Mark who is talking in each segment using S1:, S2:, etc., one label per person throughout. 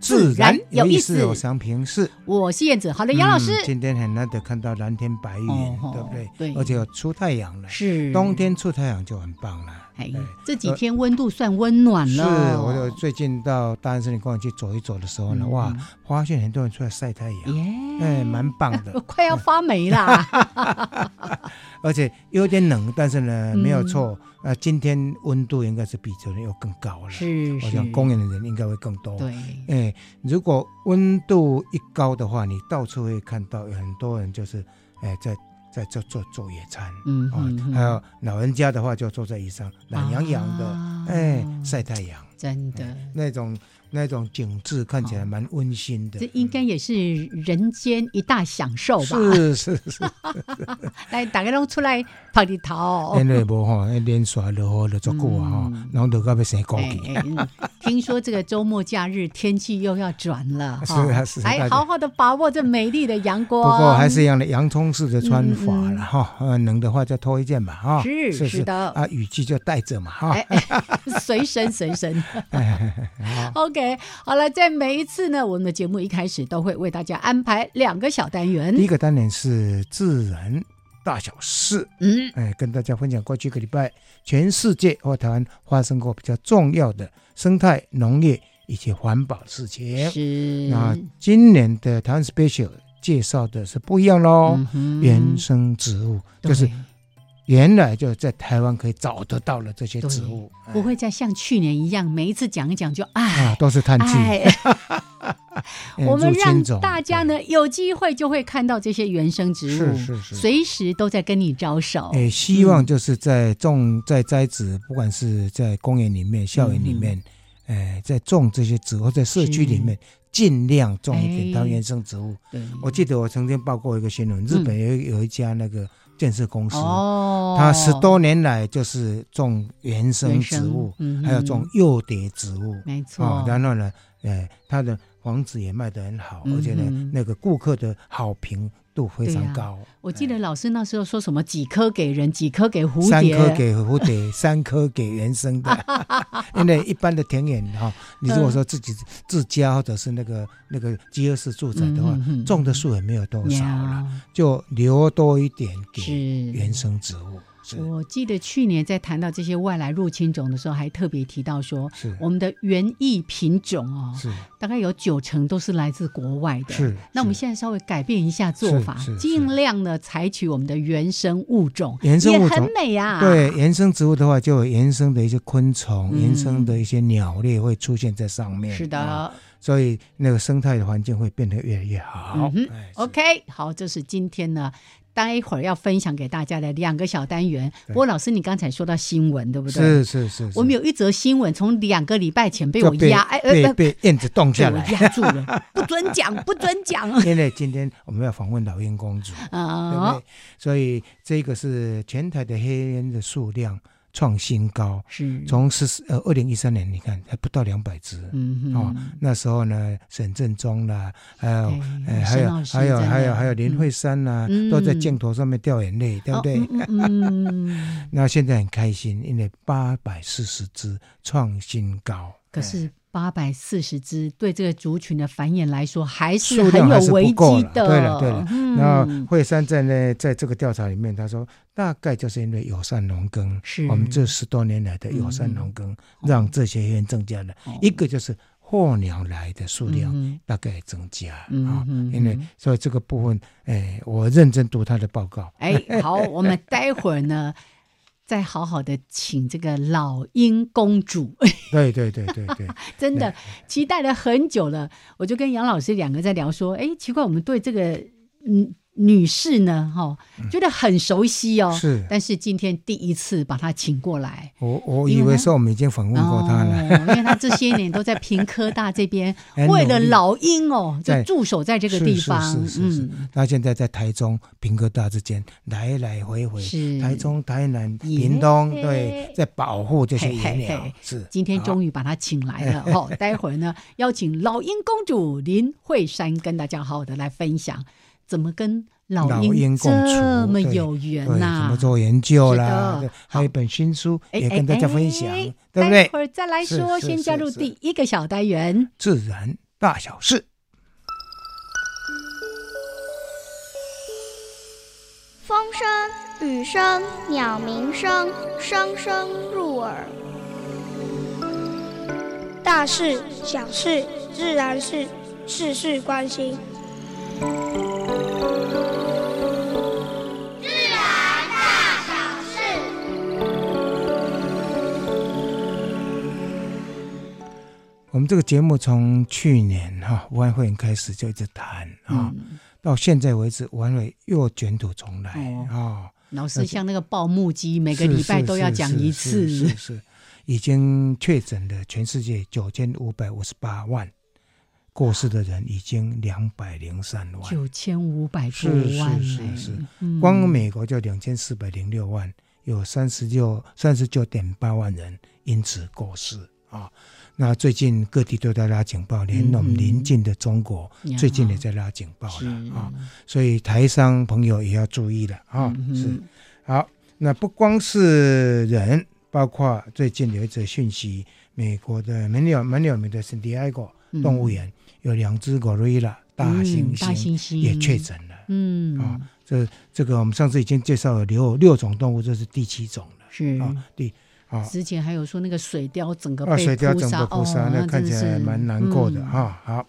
S1: 自然有意
S2: 自然
S1: 思。
S2: 有
S1: 我想平是
S2: 我是燕子。好的，杨老师，
S1: 嗯今天很难得看到蓝天白云，
S2: 哦
S1: 对不对？
S2: 对
S1: 而且有出太阳了，
S2: 是
S1: 冬，天出太阳就很棒了。
S2: 哎
S1: 对，
S2: 这几天温度算温暖
S1: 是，
S2: 了。
S1: 我就最近到大安森林公园去走一走的时候呢，
S2: 嗯
S1: 哇，发现很多人出来晒太阳，
S2: 耶，
S1: 哎，蛮棒
S2: 我
S1: 的，
S2: 快要发霉 啦。
S1: 而且有点冷，但是呢，
S2: 嗯
S1: 没有错，呃，今天温度应该是比昨天又更高了，
S2: 是，
S1: 我
S2: 是
S1: 想公园的人应该会更多。
S2: 对，
S1: 哎，如果温度一高的话，你到处会看到有很多人就是，哎，在在做做做野餐，
S2: 嗯
S1: 啊
S2: 嗯，
S1: 还有老人家的话就坐在椅上，懒洋洋的，
S2: 啊
S1: 哎，晒太阳，
S2: 真的，
S1: 那种那种景致看起来蛮温馨的
S2: 这。应该也是人间一大享受吧？
S1: 是是是，
S2: 来，大家都出来晒日头。
S1: 因为无吼，哎那连续落雨落足久啊吼
S2: 嗯，
S1: 然后都到要生高
S2: 哎
S1: 气。
S2: 哎嗯听说这个周末假日天气又要转 了，
S1: 是
S2: 哈
S1: 啊是啊
S2: 哎，
S1: 大家
S2: 好好的把握这美丽的阳
S1: 不
S2: 光。
S1: 过还是一样的洋葱式的穿法
S2: 嗯嗯
S1: 了哈，呃能的话就脱一件吧哈，
S2: 是
S1: 是不
S2: 是的
S1: 啊雨具就带着嘛哈
S2: 哎。
S1: 啊
S2: 哎 随身随身。OK，好
S1: 哎
S2: 了，在每一次呢，我们的节目一开始都会为大家安排两个小单元
S1: 第。一个单元是自然大小事，
S2: 嗯，
S1: 哎，跟大家分享过去一个礼拜全世界或台湾发生过比较重要的生态、农业以及环保事情。
S2: 是
S1: 那今年的台湾 special 介绍的是不一样喽，
S2: 嗯哼
S1: 原生植物就是
S2: 对
S1: 原来就在台湾可以找得到的这些植物，
S2: 不会再像去年一样，每一次讲一讲就
S1: 哎啊
S2: 哎，
S1: 都是碳气，
S2: 哎，
S1: 哎
S2: 我们
S1: 入侵
S2: 让
S1: 种
S2: 大家呢有机会就会看到这些原生植物，
S1: 是是是哎
S2: 随时都在跟你招手。
S1: 诶，希望就是在种在栽植，不管是在公园里面、校园里面，
S2: 嗯
S1: 诶，在种这些植物，在社区里面尽量种一
S2: 哎
S1: 点它原生植物。
S2: 对
S1: 我记得我曾经报过一个新闻，日本有一有一家那个建设公
S2: 嗯
S1: 司，
S2: 哦，
S1: 它十多年来就是种原生
S2: 原
S1: 植
S2: 生
S1: 物，，
S2: 嗯哼
S1: 还有种诱蝶植物。
S2: 没
S1: 啊、
S2: 错，
S1: 然后呢，呃，它的房子也卖得很好，而且呢，
S2: 嗯哼
S1: 那个顾客的好评度非
S2: 对
S1: 常
S2: 呀
S1: 高。
S2: 我记得老师那时候说什么几颗给人，几颗给蝴
S1: 三
S2: 蝶，
S1: 颗给蝴 蝶，三颗给原生的。 因为一般的田园哈、你如果说自己自家或者是那个那个集合式住宅的话，
S2: 嗯嗯嗯嗯
S1: 种的树也没有多少了，
S2: 呀
S1: 就留多一点给
S2: 是
S1: 原。生植物。是
S2: 我记得去年在谈到这些外来入侵种的时候，还特别提到说，
S1: 是
S2: 我们的园艺品种哦，
S1: 是
S2: 大概有九成都是来自国外的。
S1: 是
S2: 那我们
S1: 是
S2: 现在稍微改变一下做法
S1: 是是，是
S2: 尽量呢采取我们的原生物种，
S1: 原生物
S2: 也很
S1: 种。
S2: 美啊。
S1: 对原生植物的话，就有原生的一些昆虫、
S2: 嗯
S1: 原生的一些鸟类会出现在上面。
S2: 是的。
S1: 啊所以那个生态的环境会变得越来越
S2: 嗯。
S1: 好
S2: 哼
S1: 哎是
S2: OK，好，这是今天呢，待会儿要分享给大家的两个小单元。
S1: 对
S2: 不过老师，你刚才说到新闻，对不对？
S1: 是是是，是
S2: 我们有一则新闻，从两个礼拜前被
S1: 就
S2: 我
S1: 被
S2: 压，哎，
S1: 被
S2: 呃呃
S1: 被燕子冻
S2: 被
S1: 下
S2: 我
S1: 来。
S2: 压住了， 不准讲，不准 讲。
S1: 因为今天我们要访问老鹰公主，对不
S2: 啊
S1: 对，？所以这个是全台的黑烟的数量创新高，
S2: 是，
S1: 从十呃二零一三年，你看还不到两百只。
S2: 嗯哼，
S1: 哦，那时候呢，沈振中啦，还有
S2: 哎
S1: 呃，还
S2: 沈
S1: 有
S2: 老师
S1: 还有
S2: 真的
S1: 还有还有林
S2: 嗯
S1: 慧珊呐
S2: 嗯，
S1: 都在镜头上面掉眼泪，对不对
S2: 哦？嗯嗯嗯 嗯
S1: 那现在很开心，因为八百四十只创新高，
S2: 可
S1: 哎
S2: 是八百四十只，对这个族群的繁衍来说，还是
S1: 数
S2: 很
S1: 量还是
S2: 有危
S1: 不够
S2: 机
S1: 了。
S2: 的。
S1: 对了对了，那
S2: 嗯、
S1: 惠山在呢，在这个调查里面，他说大概就是因为友善农耕，
S2: 是嗯
S1: 我们这十多年来的友善农耕，让这些原增加了。
S2: 哦
S1: 一个就是候鸟来的数量
S2: 嗯
S1: 大概增加啊、
S2: 嗯嗯
S1: 因为
S2: 嗯
S1: 所以这个部分，哎，我认真读他的报 告。
S2: 哎，好，我们待会儿呢，再好好的请这个老鹰公主，
S1: 对对对对对，
S2: 真
S1: 哎
S2: 的期待了很久了。我就跟杨老师两个在聊说，哎，奇怪，我们对这个嗯女士呢，哈、觉得很熟悉哦。
S1: 嗯是
S2: 但是今天第一次把她请过来，
S1: 我我
S2: 因
S1: 以
S2: 为
S1: 为
S2: 他
S1: 是我们已经访问过他
S2: 哦，
S1: 了。，
S2: 因为他这些年都在平科大这边
S1: 很努力
S2: 为了老鹰哦，就
S1: 在
S2: 驻守在这个地方。
S1: 是是是是是
S2: 嗯，
S1: 他现在在台中、屏科大之间来来回回，
S2: 是
S1: 台中、台南、
S2: 耶
S1: 屏东，对，在保护这些
S2: 嘿嘿
S1: 野鸟
S2: 嘿。
S1: 是，啊
S2: 今天
S1: 于
S2: 终于把她请来了哦，待会儿呢，邀请老鹰公主林慧珊跟大家好好的来分享，怎么跟老
S1: 老鹰共处
S2: 这么
S1: 对
S2: 有缘
S1: 对
S2: 呐、
S1: 怎么做研究
S2: 是
S1: 啦
S2: 的，
S1: 对
S2: 好
S1: 还有一本新书
S2: 哎？
S1: 也跟大家分享
S2: 哎哎，
S1: 对不对
S2: 待？会儿再来
S1: 是
S2: 说，
S1: 是
S2: 先
S1: 是
S2: 加入
S1: 是
S2: 第一个小单元。
S1: 自然大小事，
S3: 风声、雨声、鸟鸣声，声声入耳。大事、小事、自然是事事关心。
S1: 我们这个节目从去年哈武汉会员开始就一直谈啊，
S2: 嗯，
S1: 到现在为止，武汉会又卷土重来啊。
S2: 老师像那个报幕机，每个
S1: 是
S2: 礼拜
S1: 是
S2: 都要
S1: 是
S2: 讲
S1: 是
S2: 一
S1: 是是
S2: 次。
S1: 是是已经确诊的全世界九千五百五十八万，过世的人已经两百零三万，
S2: 九千五百多
S1: 是是
S2: 万
S1: 是
S2: 哎
S1: 是
S2: 嗯
S1: 光美国就两千四百零六万，有三十六三十九点八万人因此过世啊。那最近各地都在拉警报，连我们
S2: 嗯
S1: 邻近的中国
S2: 呀
S1: 最近也在拉警报
S2: 是
S1: 了啊，所以台商朋友也要注意了啊
S2: 嗯，哼
S1: 是。好，那不光是人，包括最近有一则讯息，美国的蛮有蛮有名的圣地亚哥
S2: 嗯
S1: 动物园、有两只 gorilla 大猩
S2: 嗯大
S1: 猩
S2: 猩猩
S1: 也确，诊了。
S2: 嗯
S1: 啊这这个我们上次已经介绍了六六种动物，这是第七种了
S2: 是。
S1: 啊，第啊
S2: 之前还有说那个水貂整个
S1: 啊
S2: 被
S1: 水貂
S2: 扑
S1: 整
S2: 杀
S1: 个扑杀，
S2: 哦
S1: 那看
S2: 真
S1: 起
S2: 的
S1: 来
S2: 是
S1: 蛮难过的
S2: 嗯
S1: 哈。好，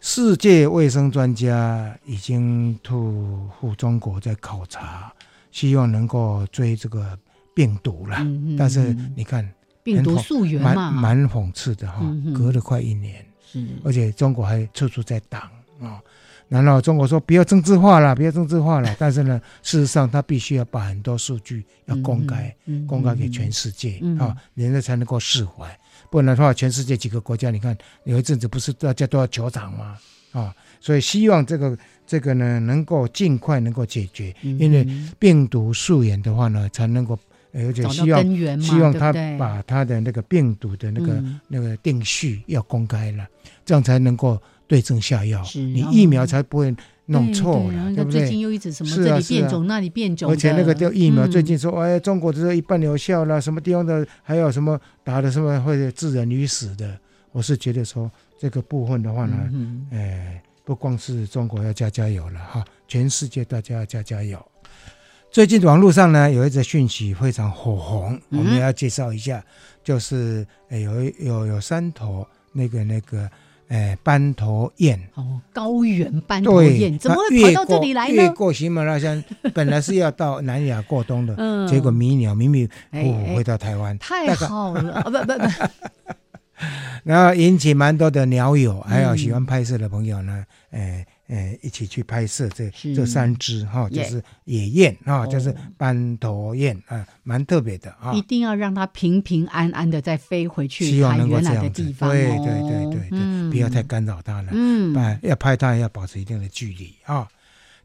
S1: 世界卫生专家已经赴赴中国在考察，希望能够追这个病毒了。
S2: 嗯嗯
S1: 但是
S2: 嗯
S1: 你看，
S2: 病毒
S1: 很
S2: 溯源
S1: 蛮
S2: 嘛，
S1: 蛮讽刺的哈、
S2: 嗯哼
S1: 隔了快一年，
S2: 是
S1: 而且中国还处处在挡啊、然后中国说不要政治化了，不要政治化了。但是呢，事实上他必须要把很多数据要公开，，
S2: 嗯嗯嗯
S1: 公开给
S2: 嗯
S1: 全世界啊、
S2: 嗯
S1: 人家才能够释怀。不然的话，全世界几个国家，你看有一阵子不是大家都要酋长吗？啊、所以希望这个这个呢，能够尽快能够解决，
S2: 嗯
S1: 因为
S2: 嗯
S1: 病毒溯源的话呢，才能够，呃而且
S2: 找到
S1: 希望
S2: 根源嘛，
S1: 希
S2: 对
S1: 望
S2: 不
S1: 他
S2: 对
S1: 把他的那个病毒的那个、
S2: 嗯
S1: 那个定序要公开了，这样才能够对症下药，
S2: 是
S1: 你
S2: 然后
S1: 疫苗才不会弄
S2: 对
S1: 错
S2: 对然后
S1: 了，
S2: 那
S1: 对
S2: 个
S1: 不
S2: 最近
S1: 对？
S2: 又一直什么
S1: 是
S2: 这
S1: 啊
S2: 里
S1: 是
S2: 变
S1: 啊
S2: 种那里变种的，
S1: 而且那个叫疫苗，
S2: 嗯
S1: 最近说，哎，中国只有一半有效了，什么地方的还有什么打的什么会致人于死的，我是觉得说这个部分的话呢，
S2: 嗯
S1: 哎，不光是中国要加加油了哈，全世界大家要加加油。最近网络上呢有一则讯息非常火红，我
S2: 嗯
S1: 们要介绍一下，就是呃有一有有三头那个那个呃斑头雁。
S2: 哦，高原斑头
S1: 对
S2: 雁，怎么
S1: 它
S2: 会
S1: 越
S2: 跑到这里
S1: 过
S2: 来
S1: 越
S2: 呢？
S1: 过喜马拉雅 山，本来是要到南亚过冬的，
S2: 嗯
S1: 结果迷鸟迷迷
S2: 哎
S1: 糊糊
S2: 哎
S1: 哦回到台湾，
S2: 太
S1: 大概
S2: 好了，啊不不不，
S1: 然后引起蛮多的鸟友，还有
S2: 嗯
S1: 喜欢拍摄的朋友呢，诶、呃、诶、一起去拍摄这
S2: 是
S1: 这三只哈、
S2: 耶
S1: 就是野雁哈、
S2: 哦
S1: 就是斑头雁啊，蛮特别的 啊、
S2: 一定要让它平平安安的再飞回去
S1: 希望
S2: 它
S1: 能够
S2: 原
S1: 这
S2: 来的
S1: 样子，
S2: 地
S1: 对
S2: 方、哦。
S1: 对对对对，
S2: 嗯
S1: 不要太干扰它了。
S2: 嗯，
S1: 哎，要拍它要保持一定的距离啊、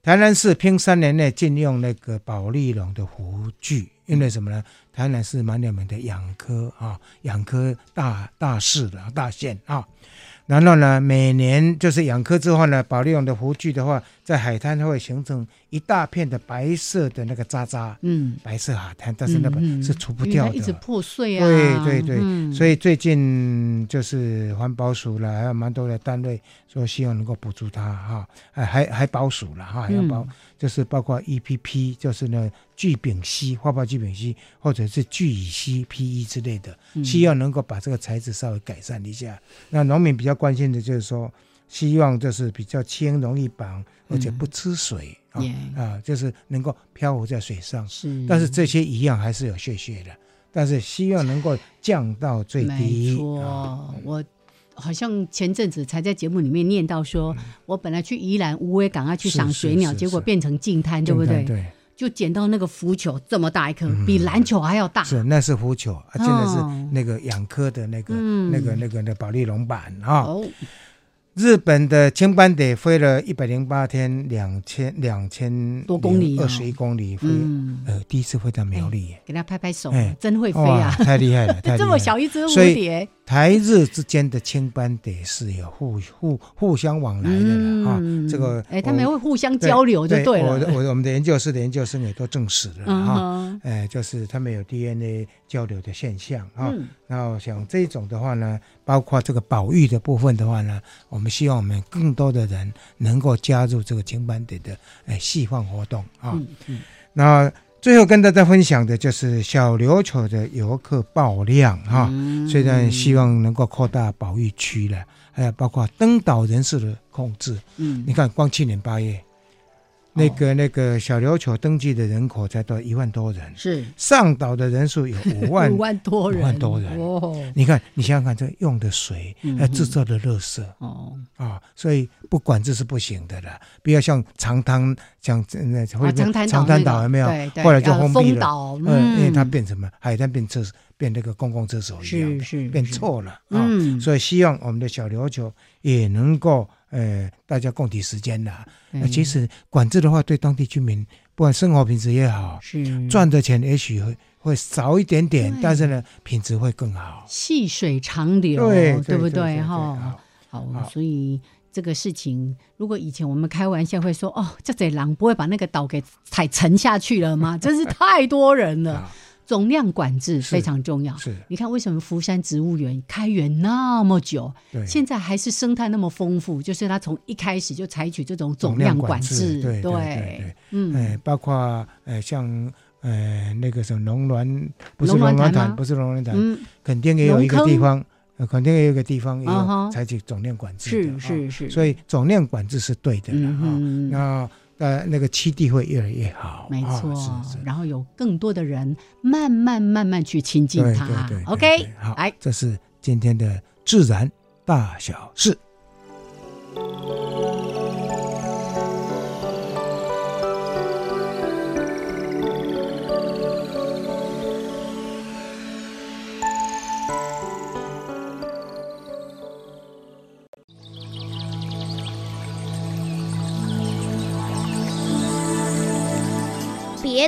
S1: 台南市拼三年内禁用那个保利龙的湖具，因为什么呢？台南市蛮有名的养科啊，养科大大市的大县啊。然后呢，每年就是养科之后呢，保利龙的湖具的话，在海滩会形成一大片的白色的那个渣渣，
S2: 嗯，
S1: 白色海滩，但是那个
S2: 嗯嗯
S1: 是除不
S2: 因为它
S1: 掉的。
S2: 一直破碎啊。
S1: 对对对，
S2: 嗯
S1: 所以最近就是环保署了，还有蛮多的单位说希望能够补助它哈，还还还保署了哈，还要保、
S2: 嗯
S1: 就是包括 EPP，就是呢聚丙烯、花豹聚丙烯或者是聚乙烯 PE 之类的，
S2: 嗯
S1: 希望能够把这个材质稍微改善一下。那农民比较关心的就是说，希望就是比较轻、容易绑，而
S2: 嗯
S1: 且不吃水啊、
S2: 耶
S1: 啊，就是能够漂浮在水上。
S2: 是，
S1: 但是这些一样还是有血血的，但是希望能够降到最
S2: 没
S1: 低。
S2: 错，
S1: 啊
S2: 我好像前阵子才在节目里面念到说，我本来去宜兰乌龟港要去
S1: 是
S2: 赏
S1: 嗯是
S2: 水鸟，
S1: 是
S2: 结果
S1: 是
S2: 变成近滩，对不对？
S1: 对，嗯
S2: 就捡到那个浮球这么大一颗，比篮球还要大。
S1: 是那是浮球，啊，真的
S2: 啊哦
S1: 是那个养科的那个、
S2: 嗯
S1: 那个、那个、那个保利龙板啊。
S2: 哦，
S1: 日本的青斑蝶飞了一百零八天，两千两千
S2: 多公里啊
S1: 二十一公里飞，
S2: 嗯，
S1: 呃，第一次飞到苗栗耶，
S2: 给他拍拍手
S1: 哎，
S2: 真会飞
S1: 哇，
S2: 啊！
S1: 太厉害了， 太厉害了！
S2: 这么小一只
S1: 所
S2: 蝴
S1: 以
S2: 蝶，
S1: 台日之间的青斑蝶是有互互互相往来的了啊、
S2: 嗯
S1: 这个
S2: 哎，
S1: 我
S2: 他们会互相交流就
S1: 对我
S2: 了。
S1: 的我的我们的研究室的研究生也都证实了
S2: 嗯
S1: 哈、
S2: 哼，
S1: 哎、就是他们有 DNA 交流的现象啊哈。
S2: 嗯
S1: 那我想这种的话呢，包括这个保育的部分的话呢，我们希望我们更多的人能够加入这个青斑蝶的哎戏放活动啊。
S2: 嗯嗯，
S1: 那最后跟大家分享的就是小琉球的游客爆量哈，
S2: 嗯
S1: 嗯虽然希望能够扩大保育区了，还有包括登岛人士的控制。
S2: 嗯
S1: 你看，光去年八
S2: 哦
S1: 月，那个那个小琉球登记的人口才到一万多人，
S2: 是
S1: 上岛的人数 有五万
S2: 五。万多人，
S1: 五万多人
S2: 哦
S1: 你看，你想想看，这用的水
S2: 嗯，
S1: 还有制造的垃圾啊、
S2: 哦，
S1: 所以不管这是不行的了。不要像长滩，像呃那会
S2: 啊长滩岛
S1: 长
S2: 那
S1: 滩
S2: 个
S1: 岛有没有
S2: 对？对
S1: 后来就
S2: 要
S1: 封闭
S2: 封
S1: 了
S2: 岛，
S1: 嗯，因为它
S2: 嗯
S1: 变成什么海滩变厕所变那个公共厕所一样
S2: 是
S1: 的，
S2: 是
S1: 变
S2: 是
S1: 错了啊、
S2: 嗯
S1: 所以希望我们的小琉球也能够呃大家共体时间啦。
S2: 对
S1: 那、呃其实管制的话，对当地居民不管生活品质也好，
S2: 是
S1: 赚的钱也许会会少一点点
S2: 嗯对，
S1: 但是呢品质会更好。
S2: 细水长流，
S1: 对对
S2: 哦不
S1: 对对啊
S2: 哈
S1: 好？
S2: 好
S1: 好，
S2: 所以这个事情，如果以前我们开玩笑会说，哦，这贼狼不会把那个岛给踩沉下去了 吗？真是太多人了
S1: 啊。
S2: 总量管制
S1: 是
S2: 非常重要。
S1: 是
S2: 你看为什么福山植物园开园那么久，
S1: 对，
S2: 现在还是生态那么丰富？就是它从一开始就采取这种总量
S1: 量
S2: 管
S1: 制，对对
S2: 对
S1: 对，
S2: 嗯，
S1: 哎，包括呃像呃那个什么龙銮，不是
S2: 龙銮
S1: 龙
S2: 潭吗
S1: 銮潭，不是龙銮潭，
S2: 嗯，
S1: 肯定也有一个地方，呃肯定也有一个地方也
S2: 啊哈
S1: 有采取总量管制
S2: 是
S1: 的啊
S2: 是是，
S1: 所以总量管制是对的啦
S2: 嗯
S1: 啊。
S2: 哼
S1: 那呃，那个七地会越来越好，
S2: 没
S1: 啊
S2: 错，
S1: 是是。
S2: 然后有更多的人慢慢慢慢去亲近
S1: 对
S2: 它。
S1: 对对对
S2: OK，哎
S1: 对好
S2: 来，
S1: 这是今天的自然大小事。
S3: 别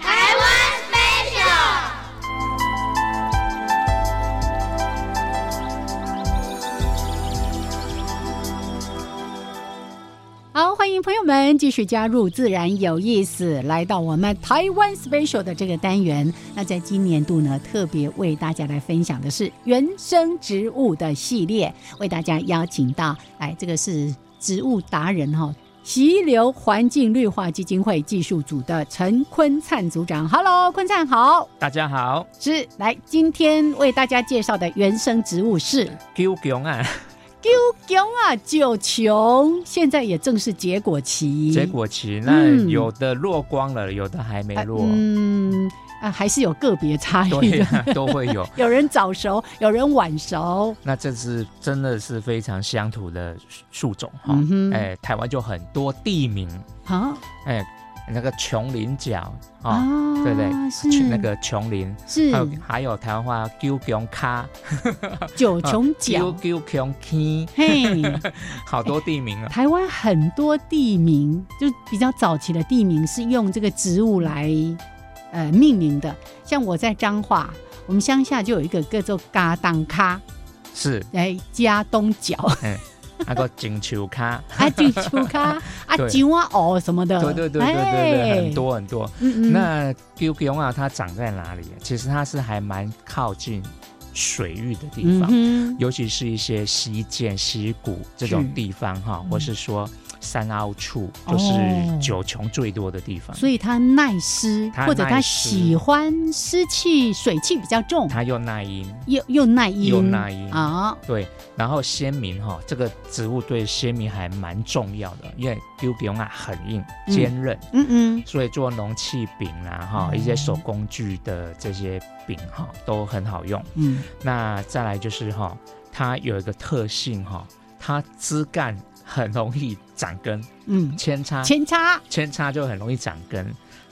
S3: 台湾 special。
S2: 好，欢迎朋友们继续加入《自然有意思》，来到我们台湾 special 的这个单元。那在今年度呢，特别为大家来分享的是原生植物的系列，为大家邀请到，哎，这个是植物达人哈、哦。溪流环境绿化基金会技术组的陈坤灿组长，Hello，坤灿好。
S4: 大家好
S2: 是，来，今天为大家介绍的原生植物是
S4: ，Q 熊啊，
S2: 九芎啊，九芎，现在也正是结果期。
S4: 结果期那
S2: 嗯
S4: 有的落光了，有的还没
S2: 啊
S4: 落，
S2: 嗯啊，还是有个别差异
S4: 对
S2: 的，
S4: 啊，都会有。
S2: 有人早熟，有人晚熟。
S4: 那这是真的是非常乡土的树树种哈
S2: 嗯，哼
S4: 哎，台湾就很多地名，
S2: 啊
S4: 哎，那个琼林角啊，
S2: 啊，
S4: 对不对？
S2: 是
S4: 去那个啊琼林，
S2: 是
S4: 还有还有台湾话 Q 熊卡啊
S2: 九重角
S4: ，Q，Q 熊 K，
S2: 嘿，
S4: 好多地名 啊。
S2: 台湾很多地名，就比较早期的地名是用这个植物来呃命名的。像我在彰化，我们乡下就有一个叫做嘎当咖，
S4: 是
S2: 来加东角
S4: 那个景球 咖，
S2: 啊，进秋咖啊，
S4: 对
S2: 金蛙藕什么的，
S4: 对对对对对对，很
S2: 哎。
S4: 多很多。
S2: 嗯嗯，
S4: 那 q q 啊，它长在哪里？其实它是还蛮靠近水域的地方，
S2: 嗯哼
S4: 尤其是一些溪涧、溪谷这种
S2: 是
S4: 地方哈，
S2: 嗯
S4: 或是说山凹处，就是
S2: 哦
S4: 九琼最多的地方。
S2: 所以它耐湿，
S4: 嗯它
S2: 或者它
S4: 耐湿
S2: 喜欢湿气、水气比较重，
S4: 它又耐阴，
S2: 又又耐阴，
S4: 又耐阴
S2: 啊，
S4: 对，然后鲜明哈、这个植物对鲜明还蛮重要的，因为 q q 啊很硬、
S2: 嗯
S4: 坚韧，
S2: 嗯嗯，
S4: 所以做容器饼啊哈，一些手工具的这些饼哈都很好用。
S2: 嗯，
S4: 那再来就是哈、它有一个特性哈、它枝干很容易长根，
S2: 嗯，
S4: 扦插
S2: 前叉，
S4: 扦插就很容易长根。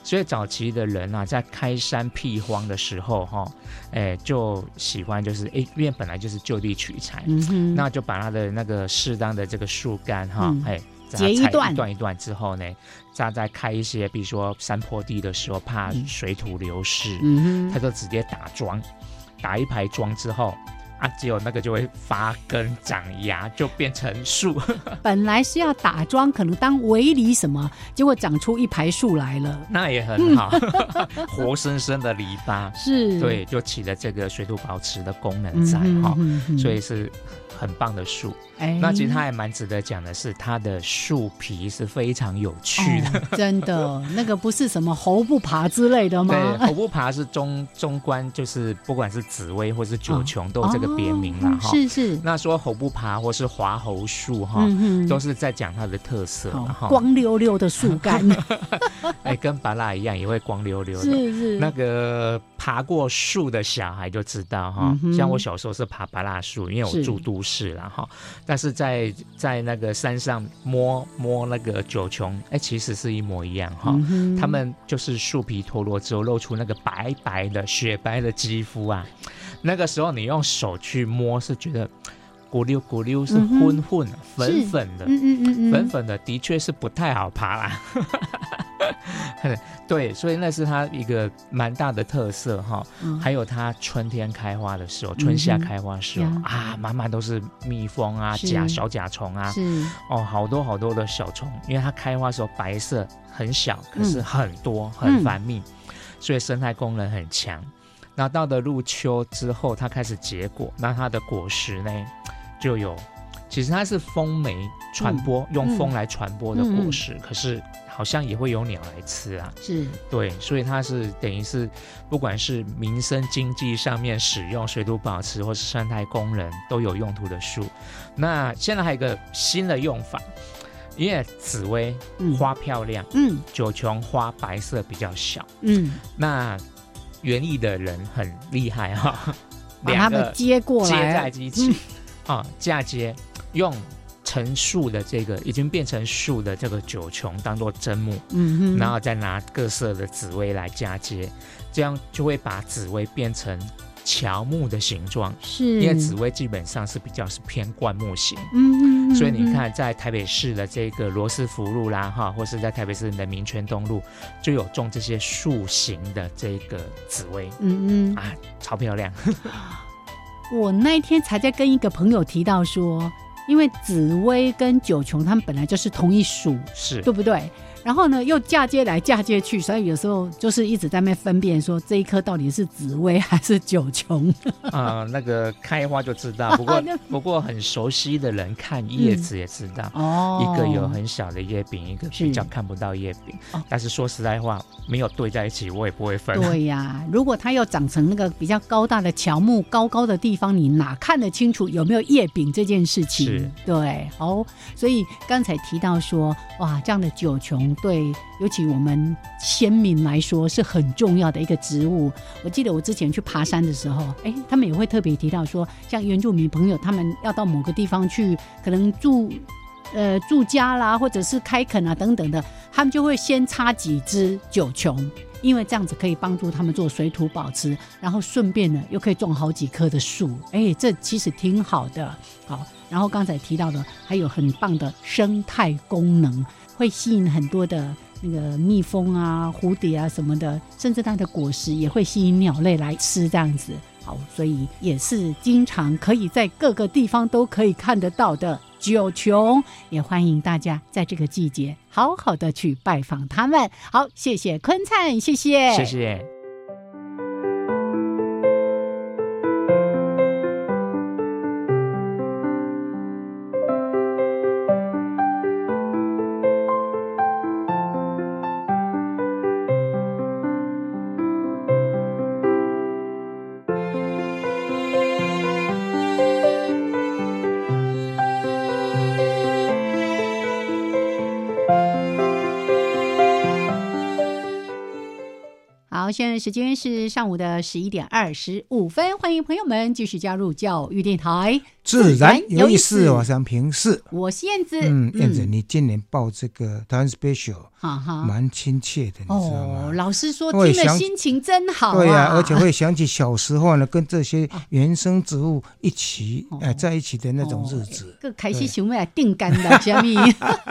S4: 所以早期的人啊，在开山辟荒的时候哈、哎就喜欢就是哎，因为本来就是就地取材，
S2: 嗯哼，
S4: 那就把它的那个适当的这个树干哈
S2: 嗯，
S4: 哎、把它
S2: 截一
S4: 裁
S2: 段
S4: 一段一段之后呢，再再开一些，比如说山坡地的时候，怕
S2: 嗯
S4: 水土流失，
S2: 嗯
S4: 它
S2: 哼，
S4: 就直接打桩，打一排桩之后。啊，只有那个就会发根长芽，就变成树。
S2: 本来是要打桩，可能当围篱什么，结果长出一排树来了，
S4: 那也很好， 活生生的篱笆，
S2: 是，
S4: 对，就起了这个水土保持的功能
S2: 嗯
S4: 在
S2: 哼，
S4: 哈、
S2: 嗯哼
S4: 所以，是很棒的树。
S2: 哎
S4: 那其实它还蛮值得讲的是，它的树皮是非常有趣的。
S2: 哦真的，那个不是什么猴不爬之类的
S4: 对，
S2: 吗？
S4: 猴不爬是中中观，就是不管是紫薇或是九琼都有这个别名啦
S2: 哦
S4: 哈、
S2: 是是，
S4: 那说猴不爬或是华猴树哈、
S2: 嗯哼
S4: 都是在讲它的特色啦
S2: 好
S4: 哈。
S2: 光溜溜的树干，
S4: 哎，跟巴拉一样也会光溜溜的。
S2: 是是，
S4: 那个爬过树的小孩就知道哈
S2: 嗯、哼
S4: 像我小时候是爬巴拉树，因为
S2: 是
S4: 我住都市啦哈，但是在在那个山上摸摸那个九琼，哎，其实是一模一样哈。
S2: 嗯哼
S4: 他们就是树皮脱落之后露出那个白白的雪白的肌肤啊，那个时候你用手去摸是觉得咕溜咕溜是
S2: 嗯哼
S4: 混混、粉粉的，
S2: 嗯嗯嗯嗯，
S4: 粉粉的的确是不太好爬啦。 对，所以那是它一个蛮大的特色哈、
S2: 嗯
S4: 还有它春天开花的时候，春夏
S2: 嗯哼
S4: 开花的时候、
S2: 呀
S4: 啊，满满都是蜜蜂啊、
S2: 是
S4: 甲小甲虫啊，
S2: 是
S4: 哦，好多好多的小虫，因为它开花的时候白色很小，可是很多、很繁密，所以生态功能很强。那到了入秋之后，它开始结果，那它的果实呢就有，其实它是风媒传播，用风来传播的果实，可是好像也会有鸟来吃啊。
S2: 是，
S4: 对，所以它是等于是，不管是民生经济上面使用水土保持或是生态功能都有用途的树。那现在还有一个新的用法，因为紫薇
S2: 嗯
S4: 花漂亮，
S2: 嗯
S4: 九琼花白色比较小。
S2: 嗯，
S4: 那园艺的人很厉害哈、
S2: 把它
S4: 两
S2: 们
S4: 个
S2: 接过
S4: 接在
S2: 来，嗯
S4: 一起啊、嫁接用成树的这个已经变成树的这个九琼当做砧木。
S2: 嗯哼，
S4: 然后再拿各色的紫薇来嫁接，这样就会把紫薇变成乔木的形状。
S2: 是，
S4: 因为紫薇基本上是比较是偏灌木型，
S2: 嗯，嗯嗯，
S4: 所以你
S2: 嗯，
S4: 看在台北市的这个罗斯福路啦，哈，或是在台北市的民权东路，就有种这些树形的这个紫薇，
S2: 嗯嗯，
S4: 啊，超漂亮。
S2: 我那一天才在跟一个朋友提到说，因为紫薇跟九琼他们本来就是同一属，
S4: 是
S2: 对不对？然后呢，又嫁接来嫁接去，所以有时候就是一直在那边分辨说这一颗到底是紫薇还是九琼。
S4: 啊、那个开花就知道，不 过不过很熟悉的人看叶子也知道。
S2: 哦
S4: 一个有很小的叶柄，一个比较
S2: 是
S4: 看不到叶柄
S2: 哦。
S4: 但是说实在话，没有对在一起，我也不会分。
S2: 对呀、如果它要长成那个比较高大的乔木，高高的地方，你哪看得清楚有没有叶柄这件事情
S4: 是？
S2: 对，好，所以刚才提到说，哇，这样的九琼对，尤其我们先民来说是很重要的一个植物。我记得我之前去爬山的时候，哎，他们也会特别提到说，像原住民朋友他们要到某个地方去，可能住。呃，住家啦，或者是开垦啊等等的，他们就会先插几支九琼，因为这样子可以帮助他们做水土保持，然后顺便呢又可以种好几棵的树，哎，这其实挺好的。好，然后刚才提到的还有很棒的生态功能，会吸引很多的。那个蜜蜂啊、蝴蝶啊什么的，甚至它的果实也会吸引鸟类来吃这样子。好，所以也是经常可以在各个地方都可以看得到的九琼，也欢迎大家在这个季节好好的去拜访他们。好，谢谢坤灿，谢谢，
S4: 谢谢。
S2: 好，现在时间是上午的十一点二十五分，欢迎朋友们继续加入教育电台。
S1: 自然有意
S2: 自然有意
S1: 思，
S2: 思
S1: 我想平视。
S2: 我是燕子，
S1: 嗯，燕子，，你今年报这个台湾 special
S2: 哈哈，
S1: 蛮亲切的，你知道
S2: 啊哦，
S1: 吗？
S2: 老啊师说
S1: 我也
S2: 听了
S1: 想
S2: 心情真好、
S1: 对
S2: 呀、
S1: 呀，而且会想起小时候呢，跟这些原生植物一起
S2: 哦
S1: 哎在一起的那种日
S2: 哦
S1: 子，
S2: 个开始想要来定干的，虾米？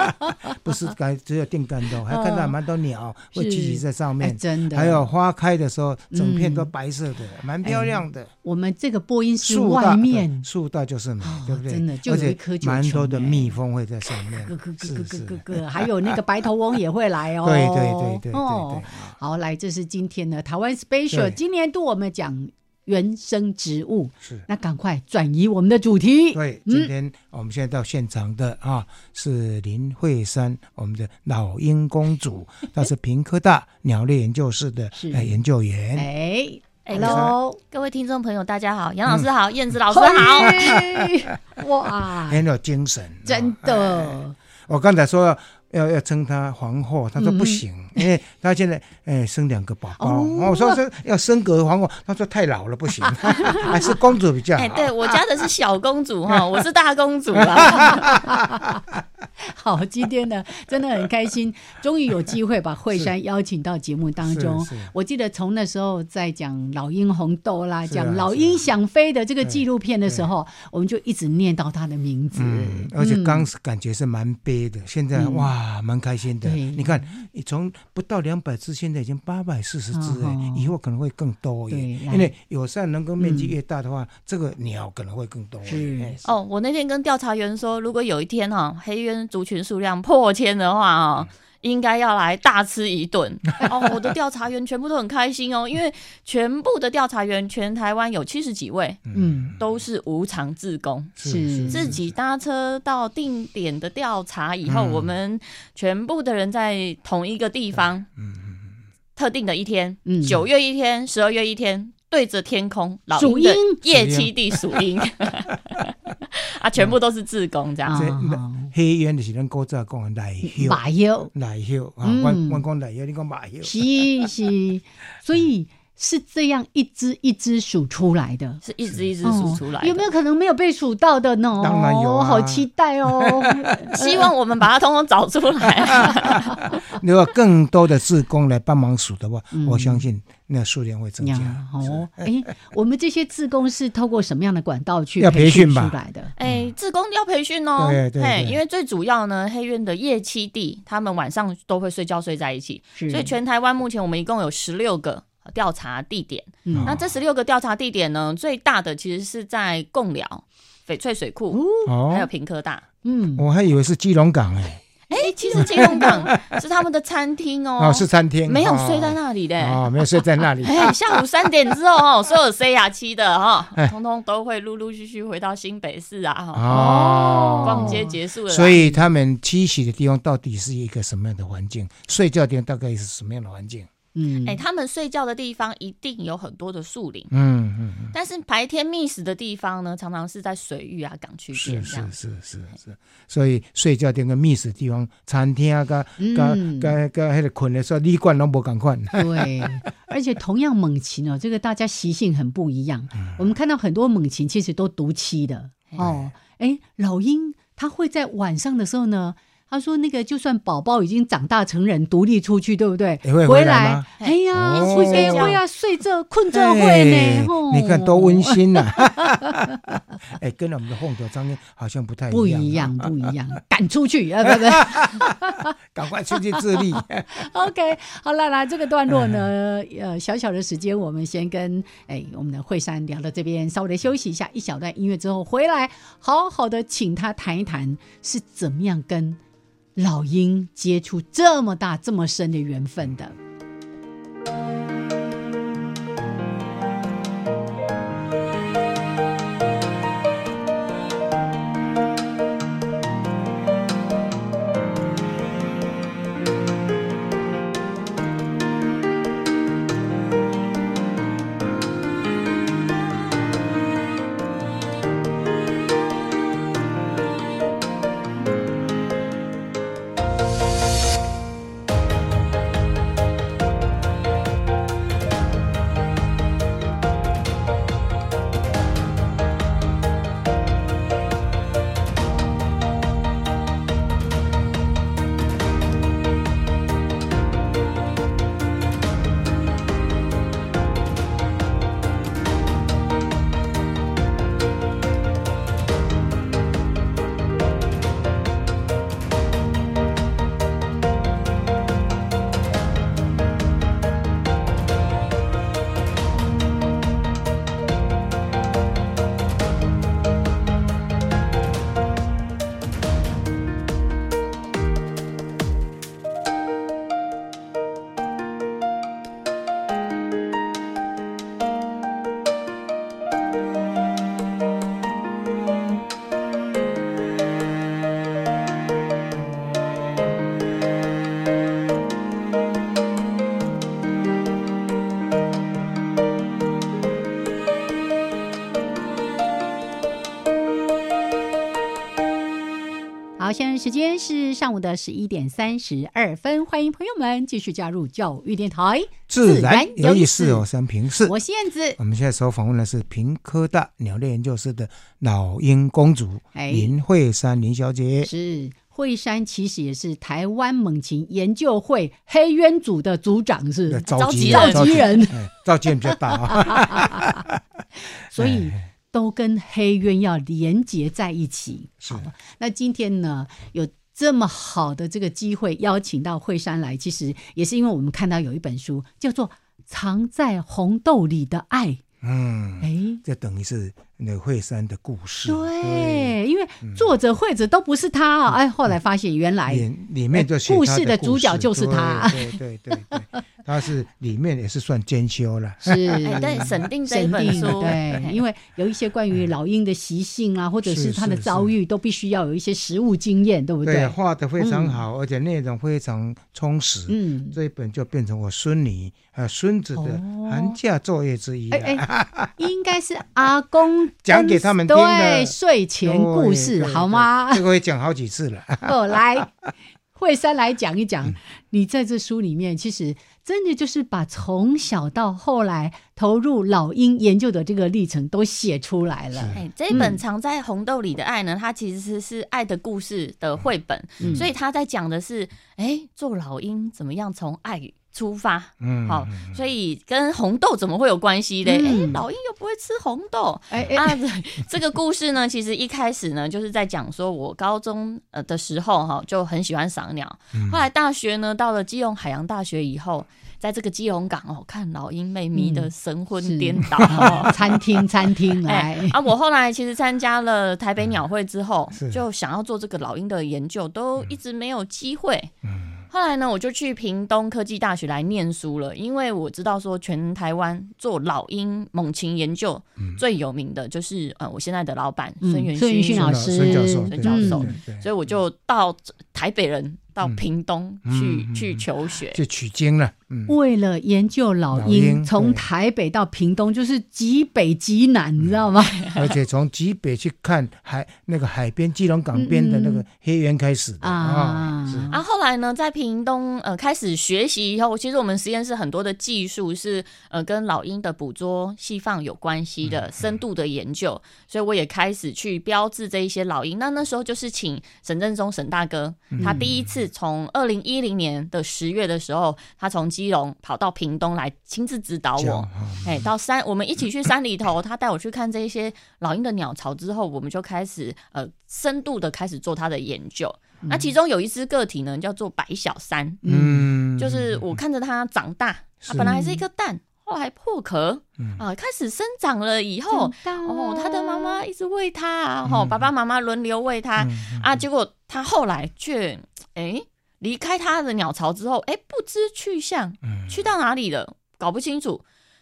S1: 不是该只有定干的哦，还看到
S2: 嗯
S1: 蛮多鸟会聚集在上
S2: 哎
S1: 面，
S2: 真的，
S1: 还有花开的时候，整片都
S2: 嗯
S1: 白色的，蛮漂亮的。
S2: 我们这个播音室
S1: 树大
S2: 外
S1: 对
S2: 面，
S1: 树大就是美
S2: 哦，
S1: 对不对？
S2: 真的就
S1: 而
S2: 有一
S1: 且
S2: 颗九
S1: 蛮多
S2: 重
S1: 的
S2: 哎
S1: 蜜蜂会在上面
S2: 咯咯，咯
S1: 是
S2: 咯
S1: 啊是
S2: 咯，咯咯，还有那个白头翁也会来哦。
S1: 对对对对对
S2: 哦
S1: 对，
S2: 好，来，这是今天的台湾 special，
S1: 对
S2: 今年度我们讲原生植物，
S1: 是。
S2: 那赶快转移我们的主题。
S1: 对，
S2: 嗯
S1: 今天我们现在到现场的啊，是林慧珊，我们的老鹰公 主，她是屏科大鸟类研究室的
S2: 是
S1: 呃研究员。
S2: 哎
S5: 哎
S2: ，hello，
S5: 各位听众朋友，大家好，杨老师好，燕子老师好。
S2: 好， 哇，
S1: 很有精神，
S2: 真
S1: 啊！
S2: 的，
S1: 我刚才说要要称她皇后，她说
S2: 嗯
S1: 不行，因为她现在哎生两个宝宝，
S2: 哦
S1: 我说是要升格皇后，她说太老了不行， 还是公主比较
S5: 哎，
S1: 好。
S5: 对我家的是小公主哈，我是大公主啊。
S2: 好，今天呢真的很开心，终于有机会把惠 山邀请到节目当中
S1: 是是。
S2: 我记得从那时候在讲老鹰红豆啦，
S1: 是啊
S2: 讲老
S1: 是啊
S2: 鹰想飞的这个纪录片的时候，我们就一直念到他的名字。
S1: 嗯，而且刚是感觉是蛮悲的，现在
S2: 嗯
S1: 哇，蛮开心的。
S2: 对
S1: 你看，你从不到两百只，现在已经八百四十只
S2: 哦吼
S1: 了，以后可能会更多耶。
S2: 对来
S1: 因为友善能够面积越大的话，这个鸟可能会更多耶。
S2: 是
S1: 哎
S5: 哦，我那天跟调查员说，如果有一天哈黑鸢族群数量破千的话哦。应该要来大吃一顿哦！我的调查员全部都很开心哦，因为全部的调查员，全台湾有七十几位
S2: 嗯，
S5: 都是无偿志工，
S2: 是
S5: 自己搭车到定点的调查以后，
S1: 嗯
S5: 我们全部的人在同一个地方，
S1: 嗯
S5: 特定的一天
S2: 嗯，
S5: 九、月一天，十二月一天，对着天空，老
S2: 数
S5: 鹰的
S2: 鹰
S5: 夜栖地数鹰， 啊，全部都是志工这样。
S1: 这
S2: 啊好
S1: 黑鸢就是咱古早讲的奶鸮，
S2: 马友
S1: 奶鸮啊，
S2: 嗯
S1: 我我讲奶鸮，你讲马鸮，
S2: 是是，所以是这样一只一只数出来的。
S5: 是一直一直数出来的、
S2: 哦有没有可能没有被数到的呢？哦
S1: 当然有啊
S2: 好期待 哦！
S5: 希望我们把它通通找出 来？啊
S1: 如果更多的志工来帮忙数的话
S2: 嗯，
S1: 我相信那数量会增加
S2: 呀。
S1: 是
S2: 哦，哎，我们这些自工是透过什么样的管道去
S1: 要培训吧
S2: 出来的？
S5: 哎，志工要培训哦，
S1: 对对
S5: 嘿
S1: 对
S5: 因为最主要呢，黑院的夜栖地，他们晚上都会睡觉睡在一起，
S2: 是
S5: 所以全台湾目前我们一共有十六个呃调查地点。
S2: 嗯
S1: 哦
S5: 那这十六个调查地点呢，最大的其实是在贡寮、翡翠水库，还有
S1: 哦，
S5: 屏科大。
S2: 嗯，
S1: 我还以为是基隆港哎，
S5: 哎、其实基隆 港是他们的餐厅哦，
S1: 哦是餐厅，
S5: 没有
S1: 哦
S5: 睡在那里的。
S1: 哦，没有睡在那里。
S5: 哎、下午三点之 后哦，所有 C 牙期的哈、哦，通通都会陆陆续续回到新北市啊，哈、
S1: 哎哦，
S5: 逛街结束了啊啦，
S1: 所以他们栖息的地方到底是一个什么样的环境？睡觉的地方大概是什么样的环境？
S2: 嗯，
S5: 哎、他们睡觉的地方一定有很多的树林，
S1: 嗯嗯嗯，
S5: 但是白天觅食的地方呢，常常是在水域啊、港区
S1: 是
S5: 边这样
S1: 是。是是是，所以睡觉的跟觅食的地方、餐厅啊、跟
S2: 嗯
S1: 跟跟跟那个困的时候，旅馆拢无共款。
S2: 对，而且同样猛禽哦，这个大家习性很不一样。
S1: 嗯
S2: 我们看到很多猛禽其实都独栖的哦，哎，老鹰它会在晚上的时候呢，他说那个就算宝宝已经长大成人，独立出去，对不对？
S1: 也会
S2: 回
S1: 回来吗？
S2: 哎呀，
S1: 哦
S2: 会给会啊，睡这困这会
S1: 哎
S2: 呢，吼
S1: 你看多温馨 呐、 哎，跟我们的凤头苍蝇好像不太
S2: 不
S1: 一样、
S2: 一样，，不一 样，赶出去啊！不不
S1: 赶快出去 自立。
S2: ，OK，好啦啦，这个段落呢，呃，小小的时间，我们先跟哎我们的惠山聊到这边，稍微的休息一下，一小段音乐之后回来，好好的请他谈一谈是怎么样跟老鹰接触这么大这么深的缘分的。好，现在时间是上午的十一点三十二分，欢迎朋友们继续加入教育电台，
S1: 自然有意
S2: 自
S1: 思，
S2: 然有
S1: 我三平是。
S2: 我是燕子
S1: 我，们现在所访问的是平科大鸟类研究室的老鹰公主
S2: 哎
S1: 林慧珊林小姐。
S2: 是惠山，其实也是台湾猛禽研究会黑鸢组的组长，是
S1: 召集
S2: 召集人，
S1: 哎召集人比较大啊。
S2: 所以都跟黑鸢要连结在一起。好了，那今天呢有。这么好的这个机会邀请到惠山来，其实也是因为我们看到有一本书叫做《藏在红豆里的爱》。
S1: 嗯，
S2: 哎，
S1: 这等于是那惠山的故事。
S2: 对，嗯因为作者、绘者都不是他啊！哎，后来发现原来哎
S1: 里里面就写
S2: 故
S1: 他
S2: 事的
S1: 的
S2: 主角就是他
S1: 对对对对对， 他是里面也是算兼修了。
S2: 是
S5: 哎，对，审定这一
S2: 审
S5: 本
S2: 定
S5: 书，
S2: 对，因为有一些关于老鹰的习性啊，或者是
S1: 是
S2: 他的
S1: 是
S2: 遭遇，都必须要有一些实物经验，对不
S1: 对，
S2: 对？
S1: 画的非常好，而且内容非常充实。
S2: 嗯，
S1: 这一本就变成我孙女还有孙子的
S2: 哦
S1: 寒假作业之一了。
S2: 哎 哎，应该是阿公
S1: 讲给
S2: 跟
S1: 他们听的
S2: 对睡前故
S1: 对
S2: 事
S1: 对
S2: 好
S1: 对
S2: 吗？
S1: 这个会讲好几次了。
S2: 哦，来，惠山来讲一
S1: 嗯
S2: 讲，你在这书里面，其实真的就是把从小到后来投入老鹰研究的这个历程都写出来了。
S5: 哎，这一本藏在红豆里的爱呢，它其实是是《爱的故事》的绘本，
S2: 嗯
S5: 所以他在讲的是，哎，做老鹰怎么样从爱出发。
S1: 嗯，
S5: 好，所以跟红豆怎么会有关系嘞？哎、
S2: 嗯
S5: 老鹰又不会吃红豆
S2: 哎哎，
S5: 啊！ 这个故事呢，其实一开始呢，就是在讲说我高中呃的时候哈，就很喜欢赏鸟。嗯后来大学呢，到了基隆海洋大学以后，在这个基隆港哦，看老鹰被迷得神
S2: 是。
S5: 魂颠 倒、哦
S2: 餐厅餐 厅来，
S5: 啊，我后来其实参加了台北鸟会之后
S1: 嗯是，嗯
S5: 就想要做这个老鹰的研究，都一直没有机会。后来呢，我就去屏东科技大学来念书了，因为我知道说全台湾做老鹰猛禽研究
S1: 嗯
S5: 最有名的就是、呃我现在的老板
S2: 嗯
S5: 孙元
S2: 孙元
S5: 勋
S2: 勋
S5: 嗯
S1: 孙
S2: 老
S1: 老
S2: 师
S1: 孙教授，
S5: 孙
S1: 对
S5: 教授
S1: 对对对
S5: 所以我就到台北人到
S1: 嗯
S5: 屏东
S1: 嗯
S5: 去、
S1: 嗯
S5: 去
S1: 嗯
S5: 求学。
S1: 就取经了。嗯，
S2: 为了研究老
S1: 老
S2: 鹰，
S1: 鹰
S2: 从
S1: 对
S2: 台北到屏东，就是极北极南，你知道吗？
S1: 而且从极北去看海，那个海边基隆港边的那
S2: 嗯
S1: 个黑猿开始的啊，
S2: 啊，
S4: 是
S5: 啊，后来呢，在屏东呃开始学习以后，其实我们实验室很多的技术是呃跟老鹰的捕捉、细放有关系
S1: 嗯
S5: 的，深度的研究，所以我也开始去标志这一些老鹰。那那时候就是请沈振中沈大哥，
S1: 嗯
S5: 他第一次从二零一零年的十月的时候，他从基隆跑到屏东来亲自指导
S1: 这样
S5: 我。
S1: 啊，
S5: 哎，到山，我们一起去山里头，他带我去看这一些老鹰的鸟巢之后，我们就开始呃深度的开始做他的研究。那其中有一只个体呢，叫做白小山，
S1: 嗯，
S5: 就是我看着它长大，啊
S1: 是，
S5: 本来还是一颗蛋，后来破壳，
S1: 嗯
S5: 啊，开始生长了以后，哦，它的妈妈一直喂它啊，吼，
S1: 嗯
S5: 爸爸妈妈轮流喂它
S1: 嗯
S5: 啊，结果它后来却哎离开它的鸟巢之后，哎，不知去向，
S1: 嗯
S5: 去到哪里了，搞不清楚。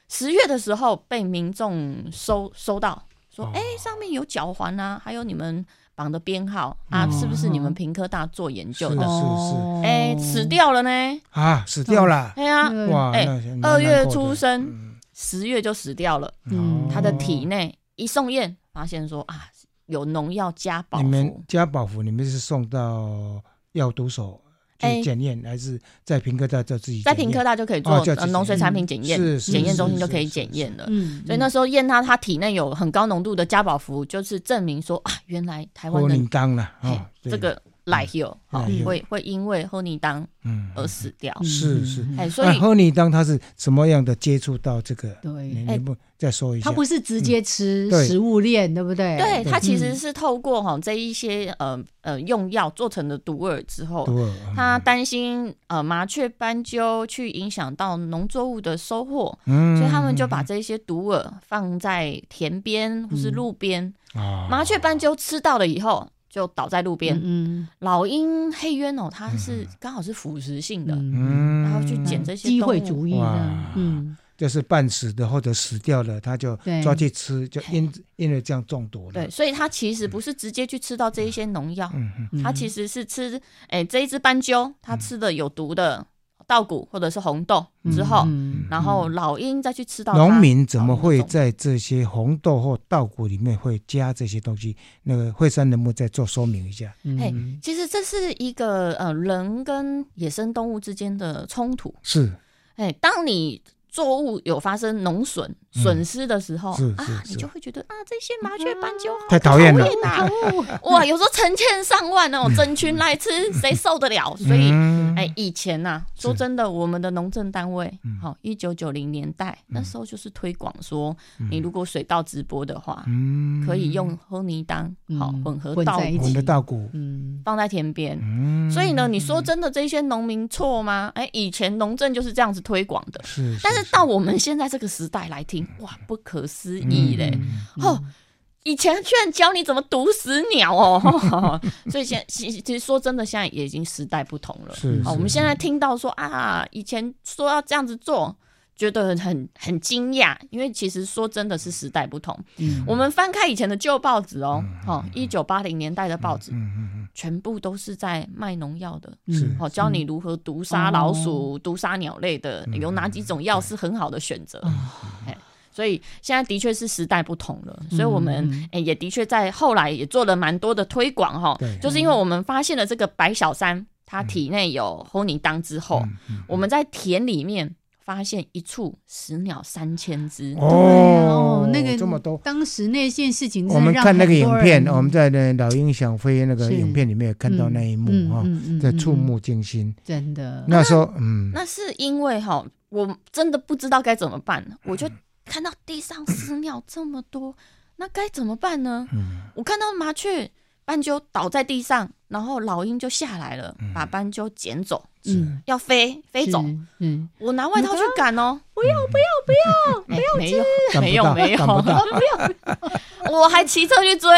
S5: 十月的时候被民众收收到，说
S1: 哦：“
S5: 哎、上面有脚环啊，还有你们绑的编号啊，
S1: 嗯
S5: 是不是你们平科大做研究
S1: 是
S5: 的？
S2: 哦
S5: 哎、死，掉了呢！
S1: 啊，死掉了，
S5: 哎呀、
S2: 对
S1: 哇，
S5: 哎
S1: 那是蛮
S5: 二月
S1: 难过的嗯哦
S5: 出生，十月就死掉了。
S2: 嗯
S5: 他的体内一送验，发现说啊，有农药加保
S1: 你们
S5: 服。
S1: 加宝福，你们是送到药毒所
S5: 哎
S1: 去检验，还是在平科大就自己
S5: 在
S1: 检验
S5: 平科大就可以做
S1: 哦就
S5: 呃农、水产品检验
S1: 是，是
S5: 检验
S1: 是
S5: 中心就是可以
S1: 是
S5: 检
S1: 是
S5: 验了。
S2: 嗯
S5: 所以那时候验他，他体内有很高浓度的加保服，就是证明说啊，原来台湾
S1: 泼
S5: 的
S1: 林当了
S5: 嘿
S1: 啊，对
S5: 这个赖有好
S1: 赖有
S5: 会会因为后尼当
S1: 嗯
S5: 而死掉。
S2: 嗯
S1: 是是。
S5: 哎，所
S1: 那
S5: 以
S1: 喝你当他是什么样的接触到这个？
S2: 对
S1: 你，
S5: 哎
S1: 你不再说一下？
S2: 他不是直接吃
S1: 嗯对
S2: 食物链，对不对？
S5: 对他其实
S2: 嗯
S5: 是透过哈这一些呃呃用药做成的毒饵之后，
S1: 多尔
S5: 他担心呃麻雀斑鸠去影响到农作物的收获，
S1: 嗯
S5: 所以他们就把这些毒饵放在田边或是路边。
S1: 啊
S5: 麻雀斑鸠吃到了以后，就倒在路边。
S2: 嗯
S5: 老鹰黑鸢哦，它是刚好是腐蚀性的，
S2: 嗯，
S1: 嗯
S5: 然后去捡这些
S2: 机会
S5: 动物
S2: 主义的
S1: 哇，
S2: 嗯，
S1: 就是半死的或者死掉了，他就
S2: 对
S1: 抓去吃，就因因为这样中毒了。
S5: 对，，所以它其实不是直接去吃到这一些农药，
S1: 嗯嗯
S5: 它其实是吃，哎、这一只斑鸠，它吃的有毒的稻谷或者是红豆之后，
S2: 嗯
S5: 然后老鹰再去吃到它
S1: 农民怎么会
S5: 老鹰的
S1: 在这些红豆或稻谷里面会加这些东西？那个惠山能不能再做说明一下？
S2: 嗯
S5: 嘿
S2: 嗯
S5: 其实这是一个呃人跟野生动物之间的冲突，
S1: 是
S5: 哎、当你。作物有发生农损
S1: 嗯
S5: 损失的时候、
S1: 是
S5: 啊，
S1: 是哎
S5: 你
S1: 是
S5: 就会觉得啊，这些麻雀斑鸠好
S1: 太讨厌了
S5: 讨厌 啊！哇，有时候成千上万那种整群来吃，谁受得了？所以
S1: 嗯
S5: 哎，以前呐、说
S1: 是
S5: 真的，我们的农政单位
S1: 嗯，
S5: 好、一九九零年代、那时候就是推广说，你如果水稻直播的话，
S1: 嗯
S5: 可以用喝泥当好、
S2: 嗯
S5: 混合
S2: 混
S5: 稻
S2: 在一
S1: 我
S5: 谷
S1: 们
S2: 起
S1: 的稻谷，
S2: 嗯
S5: 放在田边。
S1: 嗯，
S5: 所以呢，你说真的，这些农民错吗？哎，以前农政就是这样子推广的，
S1: 是，
S5: 但是到我们现在这个时代来听，哇，不可思
S1: 嗯
S5: 议嘞！哦，以前居然教你怎么毒死鸟哦，所以现其其实说真的，现在也已经时代不同了。
S1: 是是
S5: 好，哦我们现在听到说啊，以前说要这样子做，觉得很很惊讶，因为其实说真的是时代不同。
S2: 嗯
S5: 我们翻开以前的旧报纸哦，
S1: 嗯
S5: 哦，一九八零年代的报纸，
S1: 嗯嗯
S5: 全部都是在卖农药的。
S1: 嗯是哦
S5: 哦，教你如何毒杀老鼠、毒杀鸟类的，
S1: 嗯
S5: 有哪几种药是很好的选择？哎，所以现在的确是时代不同了，所以我们
S2: 嗯
S5: 哎也的确在后来也做了蛮多的推广哈
S1: 对，嗯
S5: 就是因为我们发现了这个白小山，它体内有红泥当之后，我们在田里面发现一处死鸟三千只
S1: 嗯，
S2: 对啊哦，那个
S1: 这么多。
S2: 当时那件事情，
S1: 我们看那个影片，我们在那《老鹰想飞》那个
S2: 是
S1: 影片里面有看到那一幕
S2: 嗯
S1: 哈
S2: 嗯嗯嗯，嗯
S1: 这触目惊心。
S2: 真的，
S1: 那时候，嗯，
S5: 那是因为哈，我真的不知道该怎么办，我就看到地上死鸟这么
S1: 嗯
S5: 多，那该怎么办呢？我看到
S1: 嗯
S5: 麻雀、斑鸠倒在地上，然后老鹰就下来了，把斑鸠捡走。
S2: 嗯，
S5: 要飞飞走，
S2: 是，嗯，
S5: 我拿外套去赶哦，
S1: 不要不要，
S5: 没没有
S1: 赶
S5: 没
S1: 不
S5: 有
S1: 到
S5: 没有，
S1: 赶不到
S5: 我还骑车去追，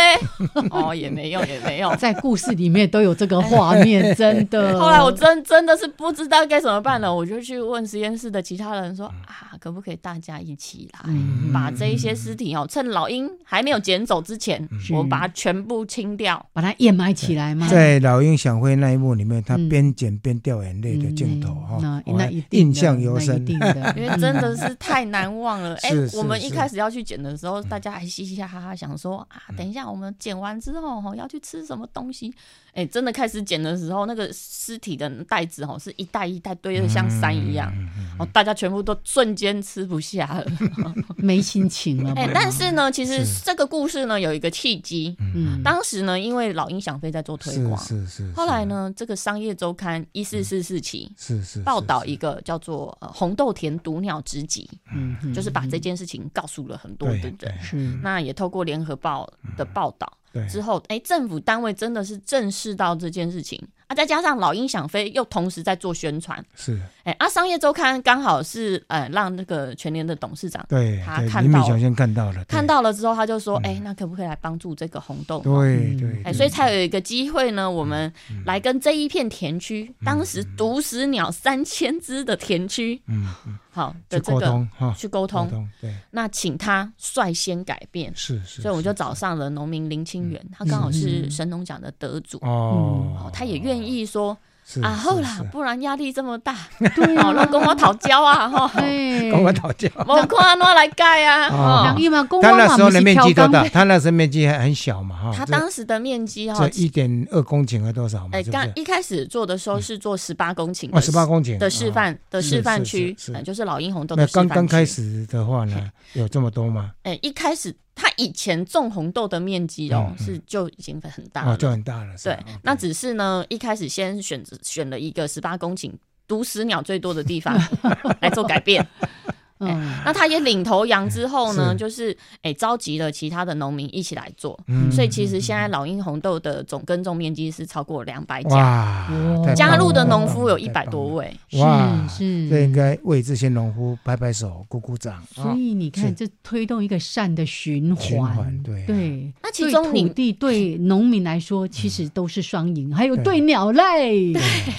S5: 哦也没用也没用。
S2: 在故事里面都有这个画 面，真的。
S5: 后来我真真的是不知道该怎么办了，我就去问实验室的其他人说
S1: 嗯
S5: 啊，可不可以大家一起来
S2: 嗯
S5: 把这一些尸体哦，趁老鹰还没有捡走之前，
S1: 嗯
S5: 我们把它全部清 掉。
S2: 把它掩埋起来
S5: 嗯
S2: 嘛，
S1: 在《老鹰想飞》那一幕里面，他
S2: 嗯
S1: 边捡边掉眼泪的
S2: 嗯
S1: 镜头哈，
S2: 那
S1: 我
S2: 那
S1: 还
S2: 一定
S1: 印
S2: 的
S1: 象尤
S2: 那一
S1: 深。
S2: 定的 嗯
S5: 因为真的是太难忘了，哎、
S1: 是是
S5: 我们一
S1: 是
S5: 开始要去捡的时候，大家还嘻嘻哈哈想说啊，
S1: 嗯
S5: 等一下我们捡完之后吼要去吃什么东西，哎、真的开始捡的时候，那个尸体的袋子吼是一袋一袋堆的像山一
S1: 嗯
S5: 样，哦，大家全部都瞬间吃不下了，
S2: 没心情了吧。
S5: 哎、但是呢，其实
S1: 啊是
S5: 这个故事呢有一个契机，
S2: 嗯，
S5: 当时呢因为老鹰想飞在做推
S1: 是
S5: 广，
S1: 是是。
S5: 后来呢这个商业周刊一四四四期。
S1: 是？是是
S5: 报道一
S1: 个
S5: 个叫做、呃、红豆田毒鸟直击，
S2: 嗯嗯
S5: 就是把这件事情告诉了很多
S1: 对嗯
S5: 的人。
S2: 是
S5: 那也透过联合报的报道
S1: 对
S5: 之后，哎，政府单位真的是正视到这件事情啊，再加上老鹰想飞又同时在做宣传，
S1: 是
S5: 哎，啊，商业周刊刚好是呃让那个全联的董事长
S1: 对
S5: 他
S1: 对，
S5: 看
S1: 李米
S5: 到
S1: 小仙看到了，对
S5: 看到了之后，他就说，
S1: 嗯
S5: 哎，那可不可以来帮助这个红豆？
S1: 对嗯
S2: 嗯
S1: 对，
S5: 哎，
S1: 对
S5: 所以才有一个机会呢，我们来跟这一片田区，
S1: 嗯
S5: 当时毒死鸟三千只的田区，
S1: 嗯嗯
S5: 好
S1: 去
S5: 的这
S1: 沟
S5: 个
S1: 通哈，
S5: 去沟
S1: 沟
S5: 通，
S1: 通对
S5: 那请他率先改变。
S1: 是是，嗯
S5: 所以我就是找上了农民林清源，他刚好是神农奖的得主，
S1: 哦
S5: 哦，他也愿意说
S1: 是
S5: 啊，后啦
S1: 是，是
S5: 不然压力这么大，对啊，那跟我讨教啊，哈，
S2: 哎，
S1: 跟我讨教。
S5: 我看哪来改啊，
S2: 人
S5: 哦
S2: 伊嘛讲我
S1: 他
S2: 嘛
S1: 那时候的面积多大
S2: 不是？
S1: 他那时候面积还很小嘛哈，
S5: 他
S1: 这
S5: 当时的面积哈
S1: 这，一点二公顷还多少嘛？
S5: 哎，
S1: 是不
S5: 刚
S1: 是？嗯
S5: 一开始做的时候是做十八公顷
S1: 哦，
S5: 的
S1: 十八公顷
S5: 的示。
S1: 哦
S5: 范的
S1: 是
S5: 示范
S1: 是是
S5: 区
S1: 是，
S5: 呃就是老鹰红豆
S1: 那
S5: 的示
S1: 刚
S5: 范
S1: 刚开
S5: 区，
S1: 始的话呢，有这么多吗？
S5: 哎，一开始他以前种红豆的面积哦
S1: 嗯嗯
S5: 是就已经很大
S1: 哦，
S5: 了，
S1: 就很大了。是
S5: 对
S1: 吧，
S5: 那只是呢，一开始先选择选了一个十八公顷毒死鸟最多的 地方来做改变。
S2: 嗯，
S1: 哎
S5: 那他也领头羊之后呢，
S1: 是
S5: 就是哎、召集了其他的农民一起来做。
S1: 嗯
S5: 所以其实现在老鹰红豆的总耕种面积是超过两百家，
S2: 哇，
S1: 哇太棒了
S5: 加入的农夫有一百。
S1: 太棒
S5: 多
S1: 了
S5: 位。
S1: 哇
S2: 是
S1: 这应
S2: 是。
S1: 该为这些农夫拍拍手、鼓鼓掌啊
S2: 所！以你看，
S1: 是
S2: 这推动一个善的循
S1: 循环对啊
S2: 对。
S5: 那其中
S2: 对
S5: 你
S2: 土地对农民来说，其
S1: 嗯
S2: 实都是双赢，还有对鸟类，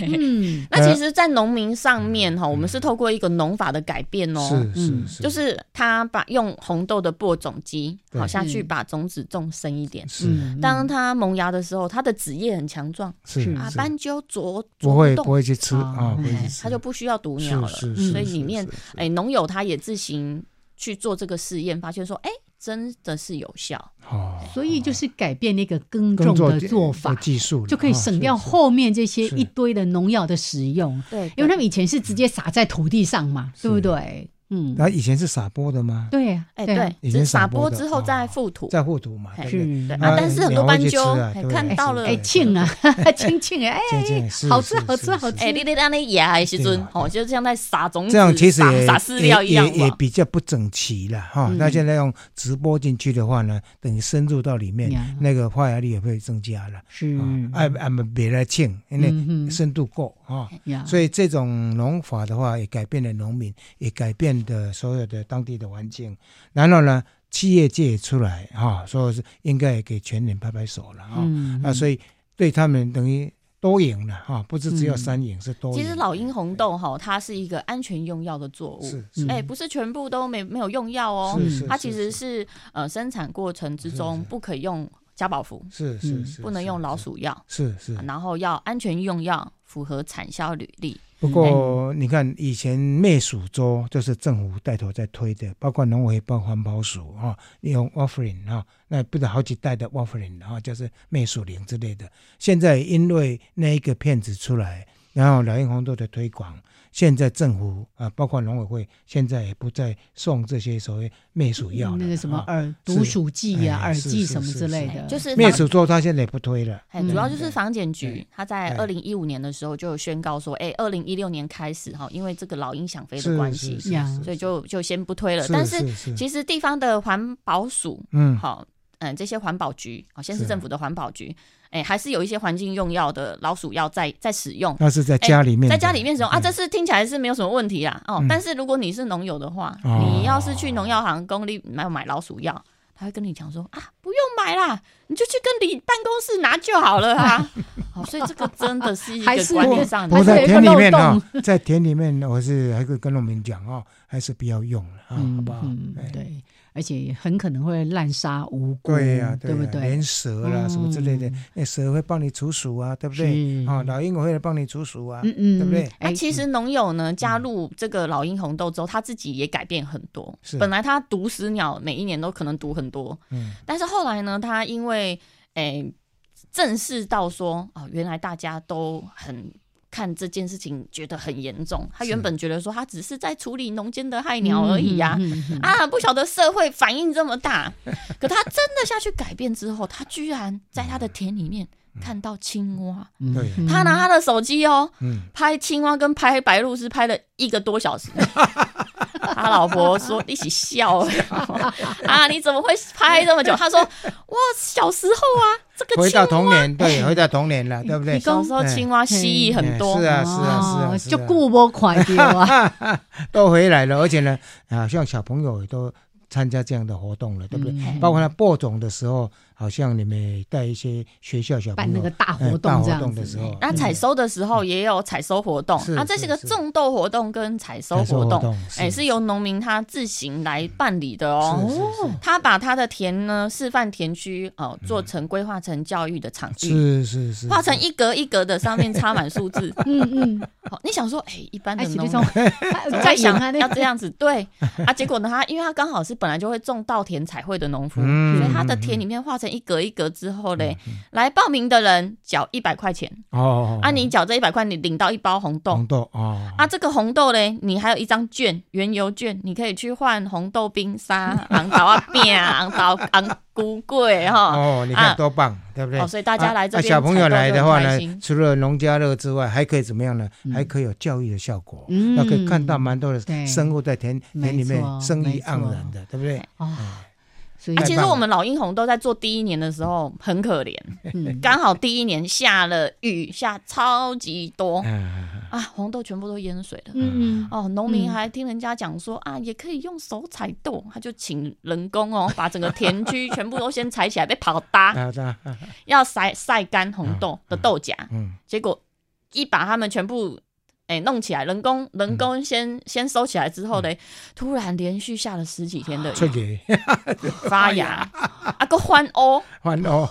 S2: 嗯，
S1: 啊
S5: 那其实，在农民上面哈，我们是透过一个农法的改 变哦，
S1: 嗯是是
S2: 嗯
S1: 是，
S5: 就是他把用红豆的播种机
S1: 对嗯
S5: 好下去
S2: 嗯
S5: 把种子种深一点，
S1: 是
S5: 当它萌芽的时候，它的子叶很强壮
S1: 是
S2: 是
S5: 啊，
S1: 嗯是
S5: 斑鸠啄
S1: 不
S5: 啄
S1: 会
S5: 动，
S1: 不会去吃
S2: 啊
S1: 啊，不会
S2: 哎
S1: 去吃，
S5: 它就不需要毒
S1: 是
S5: 鸟了。
S1: 是
S2: 嗯
S1: 是，
S5: 所以
S1: 是
S5: 里面
S1: 是是
S5: 哎，农友他也自行去做这个试验，发现说，哎，真的是有效。
S1: 哦，
S2: 所以就是改变那个耕
S1: 耕
S2: 种的
S1: 技
S2: 做法，
S1: 技术了
S2: 就可以
S1: 啊
S2: 省
S1: 是
S2: 掉
S1: 是
S2: 后面这些
S1: 是
S2: 一堆的农药的使用，
S5: 对，
S2: 因为他们以前是直接撒在土地上嘛，
S1: 是
S2: 对不对？嗯，
S1: 然后以前是撒播的吗？
S2: 对啊，
S5: 哎
S2: 啊
S5: 对，，
S1: 以
S5: 只
S1: 前
S5: 是撒
S1: 撒播
S5: 播
S1: 的
S5: 之后
S1: 哦
S5: 再覆土。
S1: 在护土嘛，
S5: 哎
S1: 对不对
S2: 是
S5: 对啊，
S1: 啊
S5: 但是很
S1: 鸟
S5: 多
S1: 会
S5: 斑
S1: 去吃
S5: 鸠
S1: 啊
S5: 哎
S1: 对
S5: 看
S1: 哎
S5: 到
S1: 是
S5: 了
S1: 对
S2: 哎，
S1: 对
S2: 庆啊， 庆庆哎，
S1: 渐渐是
S2: 好吃
S1: 是
S2: 好
S1: 是
S2: 吃好
S1: 是
S2: 吃
S5: 哎，你你那那野还是
S1: 对
S5: 尊
S1: 啊
S5: 哦，就是像在撒种子、
S1: 这样其实
S5: 撒
S1: 也
S5: 撒饲
S1: 也
S5: 料一样
S1: 也也
S5: 吧。
S1: 比较不整齐了哈。
S2: 嗯
S1: 那现在用直播进去的话呢，等于深入到里面
S2: 呀，
S1: 那个发芽率也会增加了。
S2: 是
S1: 啊，哎，俺们别来庆，因
S2: 嗯哎
S1: 为
S2: 哼
S1: 深度够啊。
S2: 呀，
S1: 所以这种农法的话，也改变了农民，也改变的所有的当地的环境。然后呢，企业界也出来哈，所以是应该也给全年拍拍手了哈。
S2: 嗯
S1: 那所以对他们等于多赢了哈，不是只有
S2: 嗯
S1: 三赢，是多赢。
S5: 其实老鹰红豆哈，它是一个安全用药的作物
S1: 是。
S2: 嗯
S5: 哎，不是全部都没没有用药哦，
S1: 是是，
S5: 它其实
S1: 是
S5: 是呃生产过程之
S1: 是
S5: 中
S1: 是
S5: 不可以用加宝福，
S1: 是是
S2: 嗯
S1: 是，
S5: 不能
S1: 是
S5: 用老。鼠啊药，
S1: 是是，是
S5: 然后要安全用药，符合产销履历。
S1: 不过你看，以前灭鼠周就是政府带头在推的，包括农委会、包括环保署啊、哦，利用 offering 啊、哦，那不是好几代的 offering 啊、哦，就是灭鼠林之类的。现在因为那一个骗子出来，然后老鹰红豆的推广，现在政府啊、包括农委会，现在也不再送这些所谓灭鼠药了。
S2: 那个什么
S1: 哦
S2: 耳毒鼠剂啊、
S1: 哎
S2: 耳
S1: 是
S2: 剂
S1: 是
S2: 什么
S1: 是
S2: 之类
S1: 是
S2: 的，
S5: 哎就是
S1: 灭
S5: 防
S1: 鼠周，他现在也不推了。
S5: 哎，
S2: 嗯
S5: 主要就是房检
S1: 对
S5: 局，他在
S1: 哎
S5: 二零一五年的时候就有宣告说，哎，二零一六年开始哈，因为这个老鹰想飞的
S1: 是
S5: 关
S1: 是
S5: 系，
S1: 是
S2: 呀
S1: 是
S5: 所以就就先不推了。
S1: 是
S5: 但
S1: 是
S5: 是
S1: 是
S5: 其实地方的环保署
S1: 嗯
S5: 好嗯、这些环保局啊，县
S1: 是
S5: 市政府的环保局，哎、还是有一些环境用药的老鼠药在在使用。
S1: 那是在家里面的，
S5: 在家里面使用啊，这
S1: 对
S5: 是听起来是没有什么问题啊，哦，
S1: 嗯
S5: 但是如果你是农友的话，
S1: 哦
S5: 你要是去农药行公立买买老鼠药，他会跟你讲说啊，不用买啦，你就去跟你办公室拿就好了 啊。好、所以这个真的是一
S2: 还
S5: 个
S2: 是
S5: 观念
S2: 还
S5: 上
S1: 不
S5: 的
S2: 是有一个
S1: 在田里面
S2: 漏
S1: 啊
S2: 洞，
S1: 在田里面，我是还会跟农民讲哦，还是不要用了啊，好不好？哎
S2: 嗯对，而且很可能会滥杀无辜，
S1: 对呀，
S2: 嗯对
S1: 呀
S2: 不对？
S1: 连蛇啦什么之类的
S2: 嗯，
S1: 那蛇会帮你除鼠啊，对不对？
S2: 是
S1: 啊，老鹰会来帮你除鼠啊，
S2: 嗯嗯，
S1: 对不对
S5: 那、
S2: 哎，
S5: 其实农友呢，
S1: 嗯
S5: 加入这个老鹰红豆之后，他自己也改变很多。
S1: 是
S5: 本来他毒死鸟，每一年都可能毒很多，
S1: 嗯，
S5: 但是后来呢，他因为诶、正视到说哦，原来大家都很看这件事情觉得很严重。他
S1: 是
S5: 原本觉得说他只是在处理农间的害鸟而已呀、啊。
S2: 嗯嗯嗯
S5: 不晓得社会反应这么大，可他真的下去改变之后，他居然在他的田里面看到青蛙，
S2: 嗯
S1: 对
S2: 嗯
S5: 他拿他的手机哦，
S1: 嗯，
S5: 拍青蛙跟拍白鹭是拍了一个多小时。他老婆说一起笑啊，你怎么会拍这么久？他说哇，小时候啊，这个
S1: 回
S5: 青
S1: 到童年，对，
S2: 哎
S1: 回到童年了，对不对？
S5: 小时候
S1: 哎
S5: 青蛙蜥蜴很
S1: 哎
S5: 多
S1: 是，啊，是啊，是啊
S2: 哦，
S1: 是
S2: 就
S1: 啊
S2: 顾不快掉啊。
S1: 哈哈，都回来了，而且呢，啊，像小朋友也都参加这样的活动 了，对不对？
S2: 嗯
S1: 包括他播种的时候，好像你们也带一些学校小
S2: 办
S1: 朋
S2: 那
S1: 友
S2: 个大
S1: 哎
S2: 活
S1: 大
S2: 动这
S1: 活
S2: 样
S1: 动的
S2: 子
S1: 时，候，
S5: 那采收的时候也有采收活
S1: 嗯
S5: 动
S1: 是
S5: 啊，这是个
S1: 是是
S5: 种豆活动跟采收
S1: 采
S5: 活
S1: 活
S5: 动，
S1: 动，
S5: 哎，是由农民他自行来办理的哦。
S1: 哦，
S5: 他把他的田呢示范田区哦做成规划成教育的场域，
S1: 是是是，
S5: 画成一格一格的，上面插满数字。
S2: 嗯嗯，
S5: 好，你想说，哎、一般的
S2: 哎，是
S5: 农
S2: 那
S5: 民
S2: 种
S5: 在
S2: 在想
S5: 想
S2: 啊，那
S5: 要这样子，对啊，结果呢，他因为他刚好是本来就会种稻田彩绘的农夫，
S1: 嗯
S5: 所以他的田里面画成一格一格之后嘞，来报名的人缴一百块钱，
S1: 哦，
S5: 啊，你缴这一百块，你领到一包红豆。
S1: 红豆哦，
S5: 啊，这个红豆嘞，你还有一张券，原油券，你可以去换红豆冰沙、红豆啊饼、红豆红菇桂哈。
S1: 哦，你
S5: 啊
S1: 看多棒，对不对
S5: 哦，？所以大家来这
S1: 啊啊
S5: 边、
S1: 小朋友来的话呢，
S5: 嗯
S1: 除了农家乐之外，还可以怎么样呢？还可以有教育的效果，
S2: 嗯
S5: 嗯
S1: 那可以看到蛮多
S2: 对
S1: 的生物在田
S2: 没
S1: 田里面
S2: 错
S1: 生
S2: 没
S1: 意盎
S2: 错
S1: 然的，对不对？
S2: 啊，所以
S5: 啊，其实
S1: 棒了
S5: 我们老鹰红豆在做第一年的时候很可怜，
S2: 嗯
S5: 刚好第一年下了雨，下超级多
S1: 嗯，
S5: 啊，红豆全部都淹水了。
S2: 嗯嗯
S5: 哦，农民
S2: 嗯
S5: 还听人家讲说、
S1: 嗯
S5: 啊，也可以用手采豆，他就请人工 哦，把整个田区全部都先采起来，被跑搭，
S1: 好的，啊
S5: 要晒晒干红豆的豆荚。
S1: 嗯，
S5: 结果一把他们全部哎弄起来，人工人工先、先收起来之
S1: 嗯
S5: 后呢，突然连续下了十几天的
S1: 出
S5: 雨，
S1: 去
S5: 发芽，
S1: 哎
S5: 啊个欢哦，
S1: 换哦，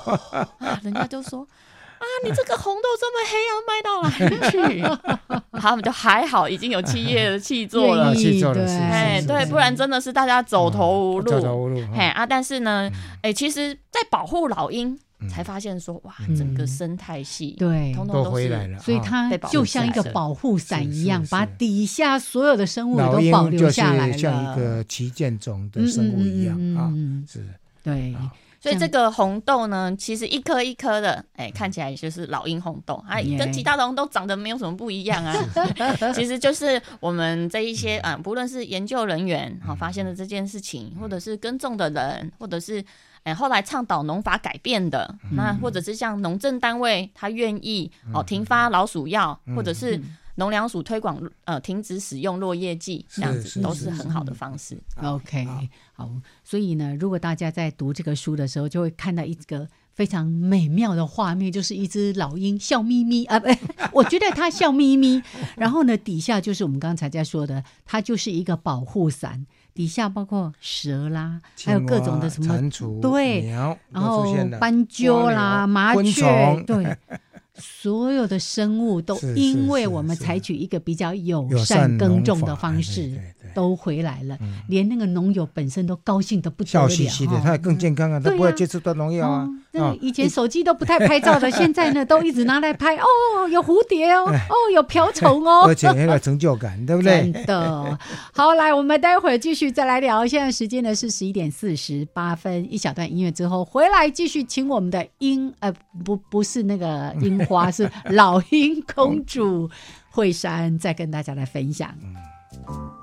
S5: 啊，人家就说 啊，你这个红豆这么黑，要卖到哪里去？他们就还好，已经有企业的气做
S2: 愿
S1: 啊
S5: 了
S2: 意，
S1: 去做
S2: 对
S1: 了，是
S5: 哎，
S1: 是是
S5: 对，
S1: 是
S5: 不然真的是大家走投无
S1: 走投
S5: 路。
S1: 无路，
S5: 嘿
S1: 哈
S5: 啊，但是呢，哎，其实，在保护老鹰，
S1: 嗯
S5: 才发现说，哇，整个
S2: 嗯
S5: 生态系
S2: 对，
S5: 通通
S1: 都
S5: 是
S1: 回来了，啊
S2: 所以
S1: 哈
S2: 它
S5: 被保护
S2: 就像一个
S5: 下来了
S2: 保护伞一样，
S1: 是是
S2: 把
S1: 是
S2: 底下所有的生物
S1: 老
S2: 都保
S1: 鹰
S2: 留
S1: 就是
S2: 下来
S1: 像
S2: 了，
S1: 一个旗舰种的生物一样啊，
S2: 嗯嗯嗯嗯嗯
S1: 是
S2: 对，
S5: 所以
S2: 这样
S5: 这个红豆呢，其实一颗一颗的，哎、看起来就是老鹰红豆，哎、
S2: 耶
S5: 跟其他的红豆长得没有什么不一样啊。其实就是我们这一些啊、不论是研究人员好、发现了这件事情，或者是耕种的人，或者是哎、后来倡导农法改变的，那或者是像农政单位他愿意哦停发老鼠药，或者是农粮署推广呃停止使用落叶剂，这样
S1: 是
S5: 子
S1: 是
S5: 都
S1: 是
S5: 是
S1: 是
S5: 很好的方式。
S1: 啊
S2: OK，
S1: 好
S2: 好，所以呢，如果大家在读这个书的时候，就会看到一个非常美妙的画面，就是一只老鹰笑眯眯啊，不， 我觉得它笑眯眯。然后呢，底下就是我们刚才在说的，它就是一个保护伞，底下包括蛇啦，还有
S1: 青
S2: 各种
S1: 蛙
S2: 的什么
S1: 蟾蜍、
S2: 对
S1: 鸟
S2: 然
S1: 都
S2: 后
S1: 出现了
S2: 斑鸠啦、
S1: 蜗牛
S2: 麻
S1: 昆
S2: 雀，
S1: 虫
S2: 对，所有的生物都
S1: 是是
S2: 因为
S1: 是
S2: 我们
S1: 是
S2: 采取一个比较友
S1: 友
S2: 善
S1: 善
S2: 耕
S1: 农
S2: 种
S1: 法哎
S2: 的方
S1: 对
S2: 式
S1: 对，对
S2: 都回来了，连那个农友本身都高兴的不得
S1: 嗯笑
S2: 了。
S1: 嘻嘻的，
S2: 哦
S1: 它也更健康啊，它
S2: 对
S1: 不会
S2: 呀
S1: 接触到农药啊
S2: 哦，那个
S1: 啊
S2: 以前手机都不太拍照的，现在呢都一直拿来拍。哦，有蝴蝶哦，
S1: 哎
S2: 哦，有瓢虫 哦，
S1: 而且很有成就感，对不对
S2: 真？的。好，来，我们待会儿继续再来聊。现在时间呢是十一点四十八分，一小段音乐之后回来继续请我们的樱呃不不是那个樱 花，是老鹰公主惠山再跟大家来分享。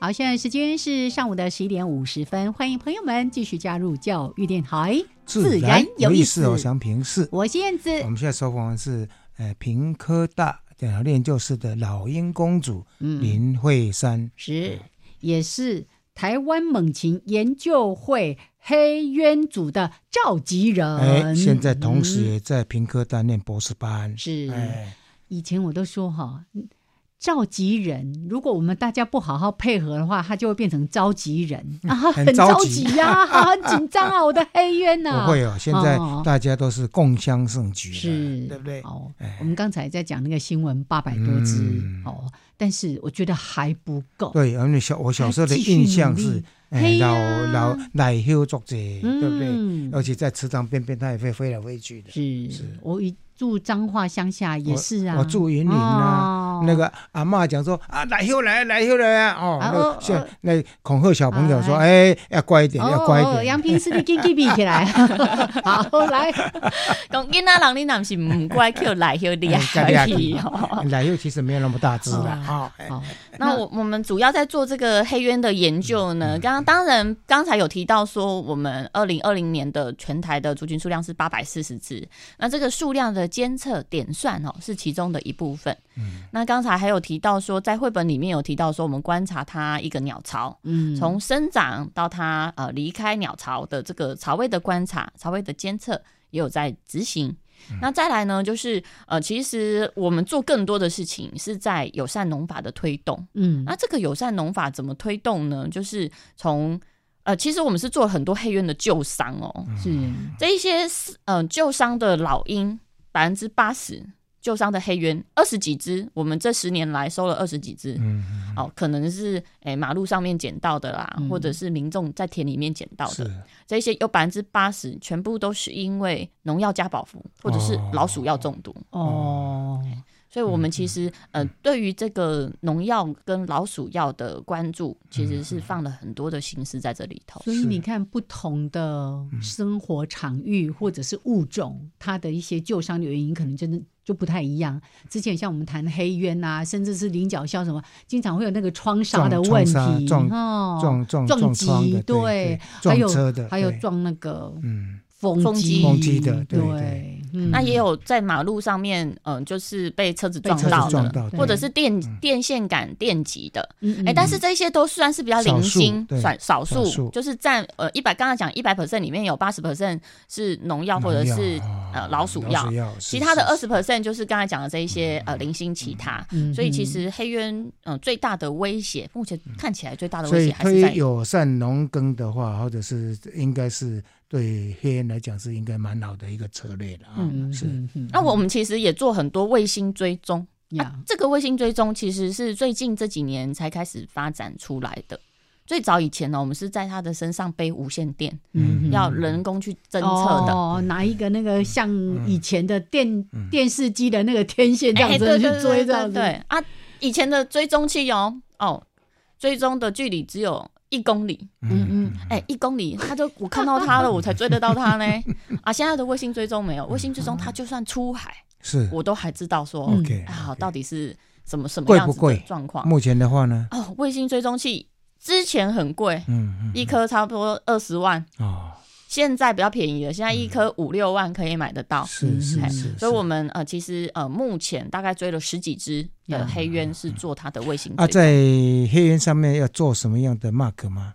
S2: 好，现在时间是上午的十一点五十分，欢迎朋友们继续加入教育电台，
S1: 自然有意思，我想平视。
S2: 我是燕子，
S1: 我们现在受访的是呃平科大电脑研究室的老鹰公主
S2: 嗯，
S1: 林慧珊。
S2: 是也是台湾猛禽研究会黑鸢组的召集
S1: 哎，
S2: 人，
S1: 现在同时
S2: 嗯
S1: 也在平科大念博士班。
S2: 是
S1: 哎，
S2: 以前我都说哈，召集人，如果我们大家不好好配合的话，他就会变成召集人啊，
S1: 嗯
S2: 很
S1: 很着
S2: 着
S1: 急
S2: 急呀、啊，很紧张啊，我的黑鸢呐、
S1: 不会哦，现在
S2: 哦
S1: 大家都是共襄盛举了，
S2: 是，
S1: 对不对？
S2: 哦
S1: 哎，
S2: 我们刚才在讲那个新闻八百多只、
S1: 嗯
S2: 哦，但是我觉得还不够。
S1: 对，而且小我小时候
S2: 哦
S1: 的
S2: 继续努
S1: 印象是
S2: 力，
S1: 哎
S2: 嘿，呀
S1: 老老奶休作者，对不对？
S2: 嗯
S1: 而且在池塘边边，它也会飞来飞去的。
S2: 是
S1: 是
S2: 我一住彰化乡下也是啊，
S1: 我住云林啊
S2: 哦，
S1: 那个阿嬷讲说啊，奶休来，奶休来啊！哦，
S2: 啊
S1: 那个
S2: 哦
S1: 像
S2: 哦
S1: 那恐吓小朋友说，
S2: 哎
S1: 哎，要乖一点，要乖一
S2: 哦，
S1: 点
S2: 杨。平斯的 g i g 比起 来，好来，
S5: 讲囡仔人，你若是唔乖，叫来叫厉
S1: 哎
S5: 害
S1: 跟你啊奶休其实没有那么大只的
S2: 哦
S1: 啊，哎
S2: 好，
S5: 那我我们主要在做这个黑鸢的研究呢。刚刚当然刚才有提到说，我们二零二零年的全台的族群数量是八百四十只，那这个数量的监测点算哦是其中的一部分。
S1: 嗯
S5: 那刚才还有提到说，在绘本里面有提到说，我们观察它一个鸟巢，
S2: 嗯，
S5: 从生长到它呃离开鸟巢的这个巢位的观察、巢位的监测也有在执行。
S2: 嗯
S5: 那再来呢，就是呃，其实我们做更多的事情是在友善农法的推动。
S2: 嗯
S1: 啊
S5: 那这个友善农法怎么推动呢？就是从呃，其实我们是做很多黑鸢的救伤哦，
S2: 嗯是
S5: 这一些嗯、呃、救伤的老鹰百分之八十。救伤的黑鸢二十几只，我们这十年来收了二十几只，
S1: 嗯，
S5: 哦，可能是诶、马路上面捡到的啦，
S2: 嗯
S5: 或者是民众在田里面捡到
S1: 嗯是
S5: 的，这些有百分之八十全部都是因为农药加保服或者是老鼠药中毒，
S2: 哦，
S5: 所以我们其实、呃对于这个农药跟老鼠药的关注，其实是放了很多的心思在这里头。
S2: 所以你看，不同的
S1: 嗯
S2: 生活场域或者是物种，它的一些旧伤的原因，可能真的就不太一样。之前像我们谈黑鸢啊，甚至是菱角鸮什么，经常会有那个窗杀的问题，
S1: 撞
S2: 哦
S1: 撞撞
S2: 撞
S1: 窗的，
S2: 击，
S1: 对，
S2: 还
S1: 撞
S2: 有
S1: 车的，
S2: 还有
S1: 对，
S2: 撞那个
S1: 嗯，
S2: 风
S5: 风
S2: 机
S5: 机
S1: 风机的对
S2: 对
S1: 对，
S2: 嗯
S5: 那也有在马路上面，嗯、就是被车子
S2: 被
S5: 撞
S2: 车子
S5: 到
S1: 撞
S5: 的，
S1: 到的
S5: 或者是电电线杆电击的，
S2: 嗯嗯
S5: 哎、但
S2: 嗯
S5: 是这些都算是比较零星
S1: 少数对，
S5: 算少
S1: 少数
S5: 数，就是占呃一百，刚才讲一百 percent 里面有八十 percent 是农药
S1: 嗯
S5: 或者是
S1: 哦
S5: 呃老鼠药，
S1: 啊药，
S5: 其他的二
S1: 十
S5: 十 percent 就是刚才讲的这一些呃零星其他。
S2: 嗯
S5: 所以其实黑鸢嗯、呃最大的威胁，目前看起来最大的
S1: 所
S5: 威
S1: 以
S5: 胁还是在
S1: 推友善农耕的话，或者是应该是对黑人来讲是应该蛮好的一个策略了啊。
S2: 嗯
S1: 是
S2: 嗯嗯
S5: 那我们其实也做很多卫星追踪，啊
S2: 呀
S5: 这个卫星追踪其实是最近这几年才开始发展出来的。最早以前呢，我们是在它的身上背无线电，
S2: 嗯
S5: 要人工去侦测的。
S2: 哦，拿一个那个像
S1: 嗯
S2: 以前的电、电视机的那个天线这样
S5: 哎
S2: 子、
S5: 对
S2: 去
S5: 对
S2: 追这
S5: 对对
S2: 样子，
S5: 对啊，以前的追踪器哦，哦，追踪的距离只有一公里，
S2: 嗯嗯，
S5: 哎、一公里，他就我看到他了，我才追得到他呢。 啊，现在的卫星追踪
S1: 嗯
S5: 没有，卫星追踪他就算出海，
S1: 是
S5: 我都还知道说，
S2: 嗯
S1: OK
S5: 啊，
S1: OK
S5: 到底是什么什么
S1: 贵
S5: 样
S1: 不
S5: 子
S1: 贵
S5: 的状况？
S1: 目前的话呢，
S5: 哦，卫星追踪器之前很贵，
S1: 嗯嗯
S5: 一颗差不多二十万，
S1: 哦，
S5: 现在比较便宜了，现在一颗五六万可以买得到。
S1: 是是
S5: 哎
S1: 是，
S5: 所以，我们呃，其实呃，目前大概追了十几只的黑鸢，是做它的卫星
S1: 啊，
S5: 追踪。
S1: 在黑人上面要做什么样的 mark 吗？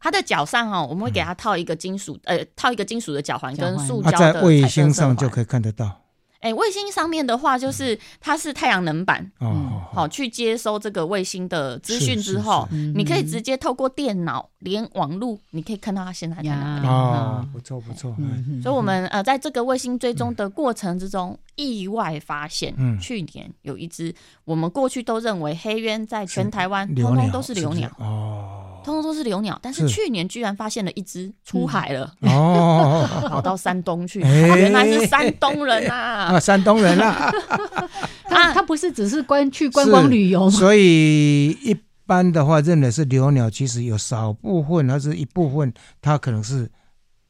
S5: 它的脚上哦，我们会给它套一个金属，呃，套一个金属的脚环
S2: 脚
S5: 跟
S2: 环
S5: 塑
S1: 嗯啊，
S5: 胶的
S1: 在卫
S5: 彩色
S1: 星
S5: 色
S1: 上就
S5: 环
S1: 可以看得到
S5: 哎，卫星上面的话，就是它是太阳能板，
S1: 哦。
S5: 好、去接收这个卫星的资讯
S1: 是是
S5: 之后，
S1: 是嗯
S5: 你可以直接透过电脑连网路，你可以看到它现在在哪。
S2: 呀
S1: 哦，不错不错，哎
S2: 嗯
S5: 所以，我们呃，在这个卫星追踪的过程之中，意外发现，
S1: 嗯
S5: 去年有一只我们过去都认为黑鸢在全台湾
S1: 留
S5: 通
S1: 哎鸟
S5: 通都是
S1: 不
S5: 留鸟，
S1: 哦
S5: 通通都是留鸟，但是
S1: 是
S5: 去年居然发现了一只出海了，
S1: 哦，
S5: 跑到山东去，
S1: 哎
S5: 原来是山东人呐、
S1: 啊，山东人啦。
S5: 啊
S2: 它它不是只是观去观光旅游吗？
S1: 所以一般的话，认的是留鸟，其实有少部分，还是一部分，它可能是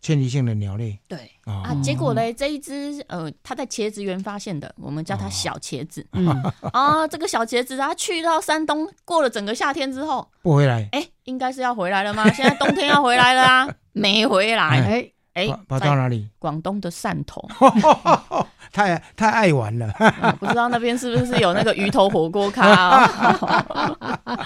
S1: 迁移性的鸟类
S5: 对
S1: 啊
S5: 啊，结果嘞，这一只呃，它在茄子园发现的，我们叫它小茄 子、
S2: 嗯，
S5: 啊。这个小茄子，它去到山东过了整个夏天之后，
S1: 不回来，
S5: 哎，应该是要回来了吗？现在冬天要回来 了
S1: 哎
S5: 啊，没回来，
S2: 哎，
S5: 哎
S1: 跑，跑到
S5: 在
S1: 哪里？
S5: 广东的汕头，
S1: 太太爱玩了，
S5: 嗯不知道那边是不是有那个鱼头火锅咖 哦、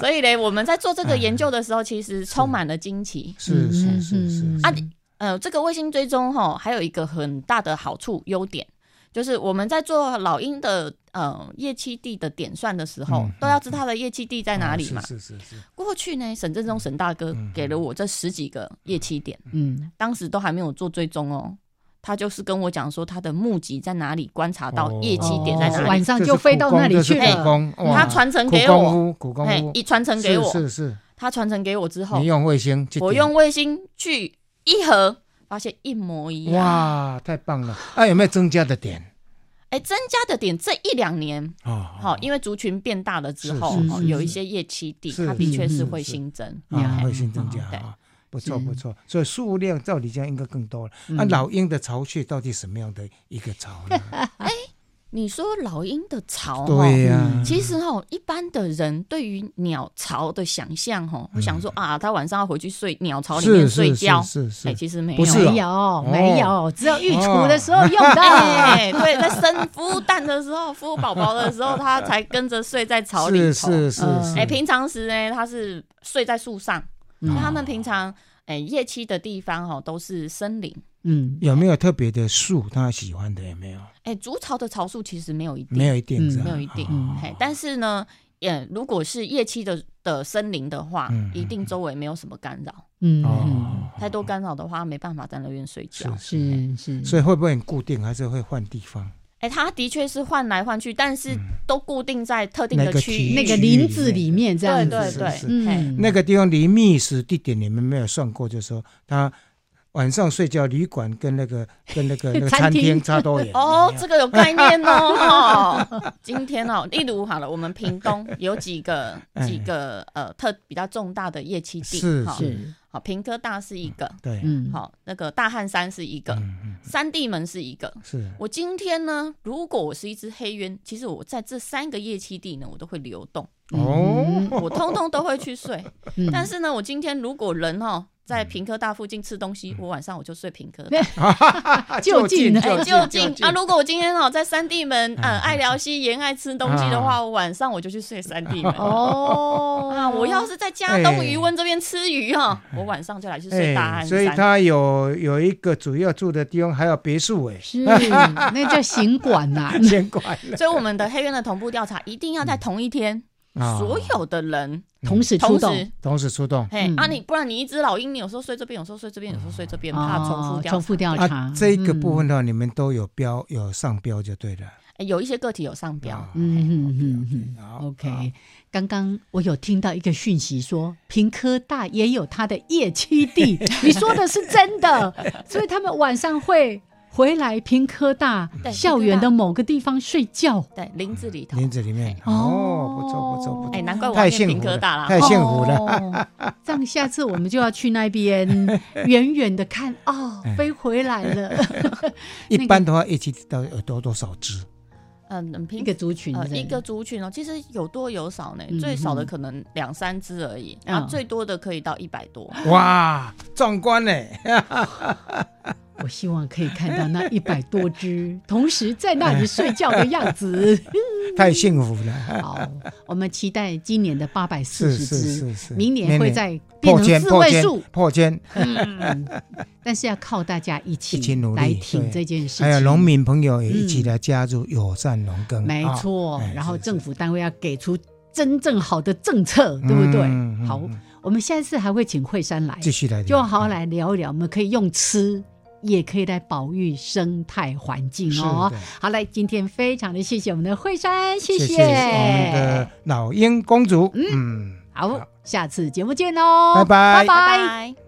S5: 所以嘞，我们在做这个研究的时候，其实充满了惊奇。
S1: 是是
S2: 嗯
S1: 是是
S2: 嗯
S1: 是
S5: 啊呃，这个卫星追踪哈，还有一个很大的好处优点，就是我们在做老鹰的呃夜栖地的点算的时候，
S1: 嗯
S5: 都要知它的夜栖地在哪里嘛。
S1: 哦是是是是，
S5: 过去呢，沈振中沈大哥
S1: 嗯
S5: 给了我这十几个夜栖点，
S2: 嗯，
S5: 当时都还没有做追踪哦。他就是跟我讲说，他的目击在哪里，观察到
S1: 哦
S5: 夜栖点在
S2: 哦
S5: 哪里，
S2: 晚上
S1: 这
S2: 就是飞
S1: 苦
S2: 到
S1: 工
S2: 那里
S1: 这
S2: 去
S1: 是
S5: 哎
S1: 苦
S2: 了。
S1: 工，哇
S5: 他传承
S1: 苦
S5: 给
S1: 工
S5: 我，
S1: 夫，苦
S5: 嘿
S1: 工夫
S5: 一传承给我，
S1: 是是是，
S5: 他传承给我之后
S1: 你，用卫星去点，
S5: 我用卫星去一核，发现一模一样。
S1: 哇，太棒了！啊，有没有增加的点？
S5: 哎，增加的点这一两年，
S1: 哦，
S5: 好、因为族群变大了之后，
S1: 是
S2: 是
S5: 哦
S2: 是
S5: 有一
S1: 是
S5: 些夜栖地，
S1: 是
S5: 它的确
S1: 是
S5: 是
S1: 是
S5: 会
S1: 是
S5: 新增。
S1: 啊，
S2: 嗯
S1: 卫星增加
S5: 对
S1: 啊，不错
S2: 嗯
S1: 不错，所以数量照理讲应该更多了。那
S2: 嗯
S1: 啊老鹰的巢穴到底什么样的一个巢 呢？
S5: 你说老鹰的巢、哦，
S1: 对呀，
S5: 其实哈、一般的人对于鸟巢的想象、哦，哈，我想说啊，他晚上要回去睡鸟巢里
S1: 嗯
S5: 面
S1: 是
S5: 睡
S1: 是
S5: 觉
S1: 是，是
S5: 哎，
S1: 是，
S5: 其实没有。
S1: 不是
S2: 没
S1: 哦哦
S2: 有没有，只有御厨的时候用到。
S5: 哎，对，在生服务蛋的时候，服务宝宝的时候，他才跟着睡在巢里头。
S1: 是是是
S2: 嗯
S1: 是，
S5: 哎，平常时呢，他是睡在树上，
S2: 嗯
S1: 嗯
S5: 因 为他
S1: 哦
S5: 们平常哎夜栖的地方哦都是森林。
S2: 嗯，
S1: 有没有特别的树他喜欢的？有没有？
S5: 哎，筑巢的巢数其实没有一定，
S1: 没有一定
S2: 嗯
S1: 是吧，
S5: 没有一定
S1: 哦
S2: 嗯
S5: 嘿，但是呢，也如果是夜栖的的森林的话，
S1: 嗯
S5: 一定周围没有什么干扰，
S2: 嗯嗯，
S1: 哦，
S5: 太多干扰的话没办法在那边睡觉。
S1: 是，
S2: 是是，
S1: 所以会不会很固定，还是会换地方？
S5: 哎、它的确是换来换去，但是都固定在特定
S1: 嗯那
S5: 的
S1: 个
S5: 区
S1: 体
S5: 域。
S2: 那个林子里面这样
S5: 对
S2: 子，
S5: 对
S1: 是
S5: 对
S1: 是，
S5: 嘿
S2: 嗯，
S1: 那个地方离觅食地点你们没有算过，就是说他晚上睡觉，旅馆跟那 个跟那个那个
S2: 餐
S1: 餐厅
S2: 厅
S1: 差多远？
S5: 哦，
S1: 有没有
S5: 这个有概念哦。哦今天哦，例如好了，我们屏东有几个
S1: 哎
S5: 几个呃特比较重大的夜栖地，
S1: 是
S5: 好
S2: 是，
S5: 好屏科大是一个，
S1: 对，
S2: 嗯，
S5: 好那个大汉山是一个，
S1: 嗯嗯，
S5: 三地门是一个，
S1: 是
S5: 我今天呢，如果我是一只黑鸢，其实我在这三个夜栖地呢，我都会流动，
S1: 哦，
S5: 我通通都会去睡。
S2: 嗯，
S5: 但是呢，我今天如果人哦在平科大附近吃东西，我晚上我就睡平科大。
S2: 就近 呢
S5: 哎，就近啊！
S1: 路
S5: 如果我今天哦在三地门，呃，
S1: 嗯
S5: 爱聊西沿爱吃东西的话，
S1: 啊
S5: 我晚上我就去睡三 地门。
S2: 哦
S5: 啊，我要是在
S1: 哦
S5: 嘉东余温这边吃鱼哦，我晚上就来去睡大安
S1: 哎所以
S5: 山。
S1: 他有有一个主要住的地方，还有别墅哎，
S2: 是那叫行馆 呐，
S1: 监管了
S5: 所以我们的黑鸢的同步调查一定要在同一天，
S1: 嗯啊
S5: 所有的人
S2: 同时出
S5: 同
S2: 动，
S5: 时
S1: 同时出动
S5: 嘿、
S2: 嗯
S5: 啊你，不然你一只老鹰，你有时候睡这边，有时候睡这边，有时候睡这边，怕重复
S2: 哦
S5: 掉。
S2: 重复调查
S1: 啊，这一个部
S2: 嗯
S1: 分的话，你们都有标有上标就对了。
S5: 哎有一些个体有上标，
S1: 啊
S2: 嗯，嗯嗯嗯嗯
S1: 好
S2: ，OK。刚刚我有听到一个讯息说，平科大也有它的夜栖地，你说的是真的，所以他们晚上会回来平科大
S5: 对
S2: 校园的某个地方睡觉。
S5: 对，林子里头。
S1: 林子里面哦，不错不错不
S5: 哎、
S1: 错，
S5: 难怪我要
S1: 太
S5: 念
S1: 幸
S5: 平
S1: 福
S5: 科
S1: 了，
S5: 大啦。
S1: 太幸福了。
S2: 了。这样下次我们就要去那边远远的看，哦，飞回来了，
S1: 一般的话，一起到有多多少只？
S5: 嗯，嗯
S2: 一
S5: 平
S2: 个族群
S5: 呃
S2: 这样
S5: 一个族群哦，其实有多有少呢，
S2: 嗯
S5: 最少的
S2: 嗯
S5: 可能两三只而已，然后
S2: 嗯
S5: 最多的可以到一百多。
S1: 哇，壮观 呢！
S2: 我希望可以看到那一百多只同时在那里睡觉的样子。
S1: 太幸福了。
S2: 好，我们期待今年的八百四
S1: 是
S2: 十
S1: 是
S2: 只，
S1: 是是，
S2: 明年会再变
S1: 破
S2: 成
S1: 千
S2: 四
S1: 破
S2: 位
S1: 千
S2: 数。
S1: 破千，
S2: 嗯， 但是要靠大家一起
S1: 一起努力
S2: 来挺
S1: 对
S2: 这件事情。
S1: 还有哎农民朋友也一起来加入友善农耕。
S2: 嗯没
S1: 啊
S2: 错
S1: 哎，
S2: 然后
S1: 是
S2: 政府单位要给出真正好的政策，对不
S1: 嗯
S2: 对？
S1: 嗯
S2: 好
S1: 嗯，
S2: 我们下一次还会请惠山来，
S1: 继续来
S2: 就好好来聊一聊，我们可以用吃。也可以来保育生态环境哦
S1: 是的。
S2: 好嘞，今天非常的谢谢我们的惠山，谢
S1: 谢谢我们的老鹰公主。嗯。
S2: 好，下次节目见哦，
S1: 拜拜
S2: 拜拜。
S5: 拜。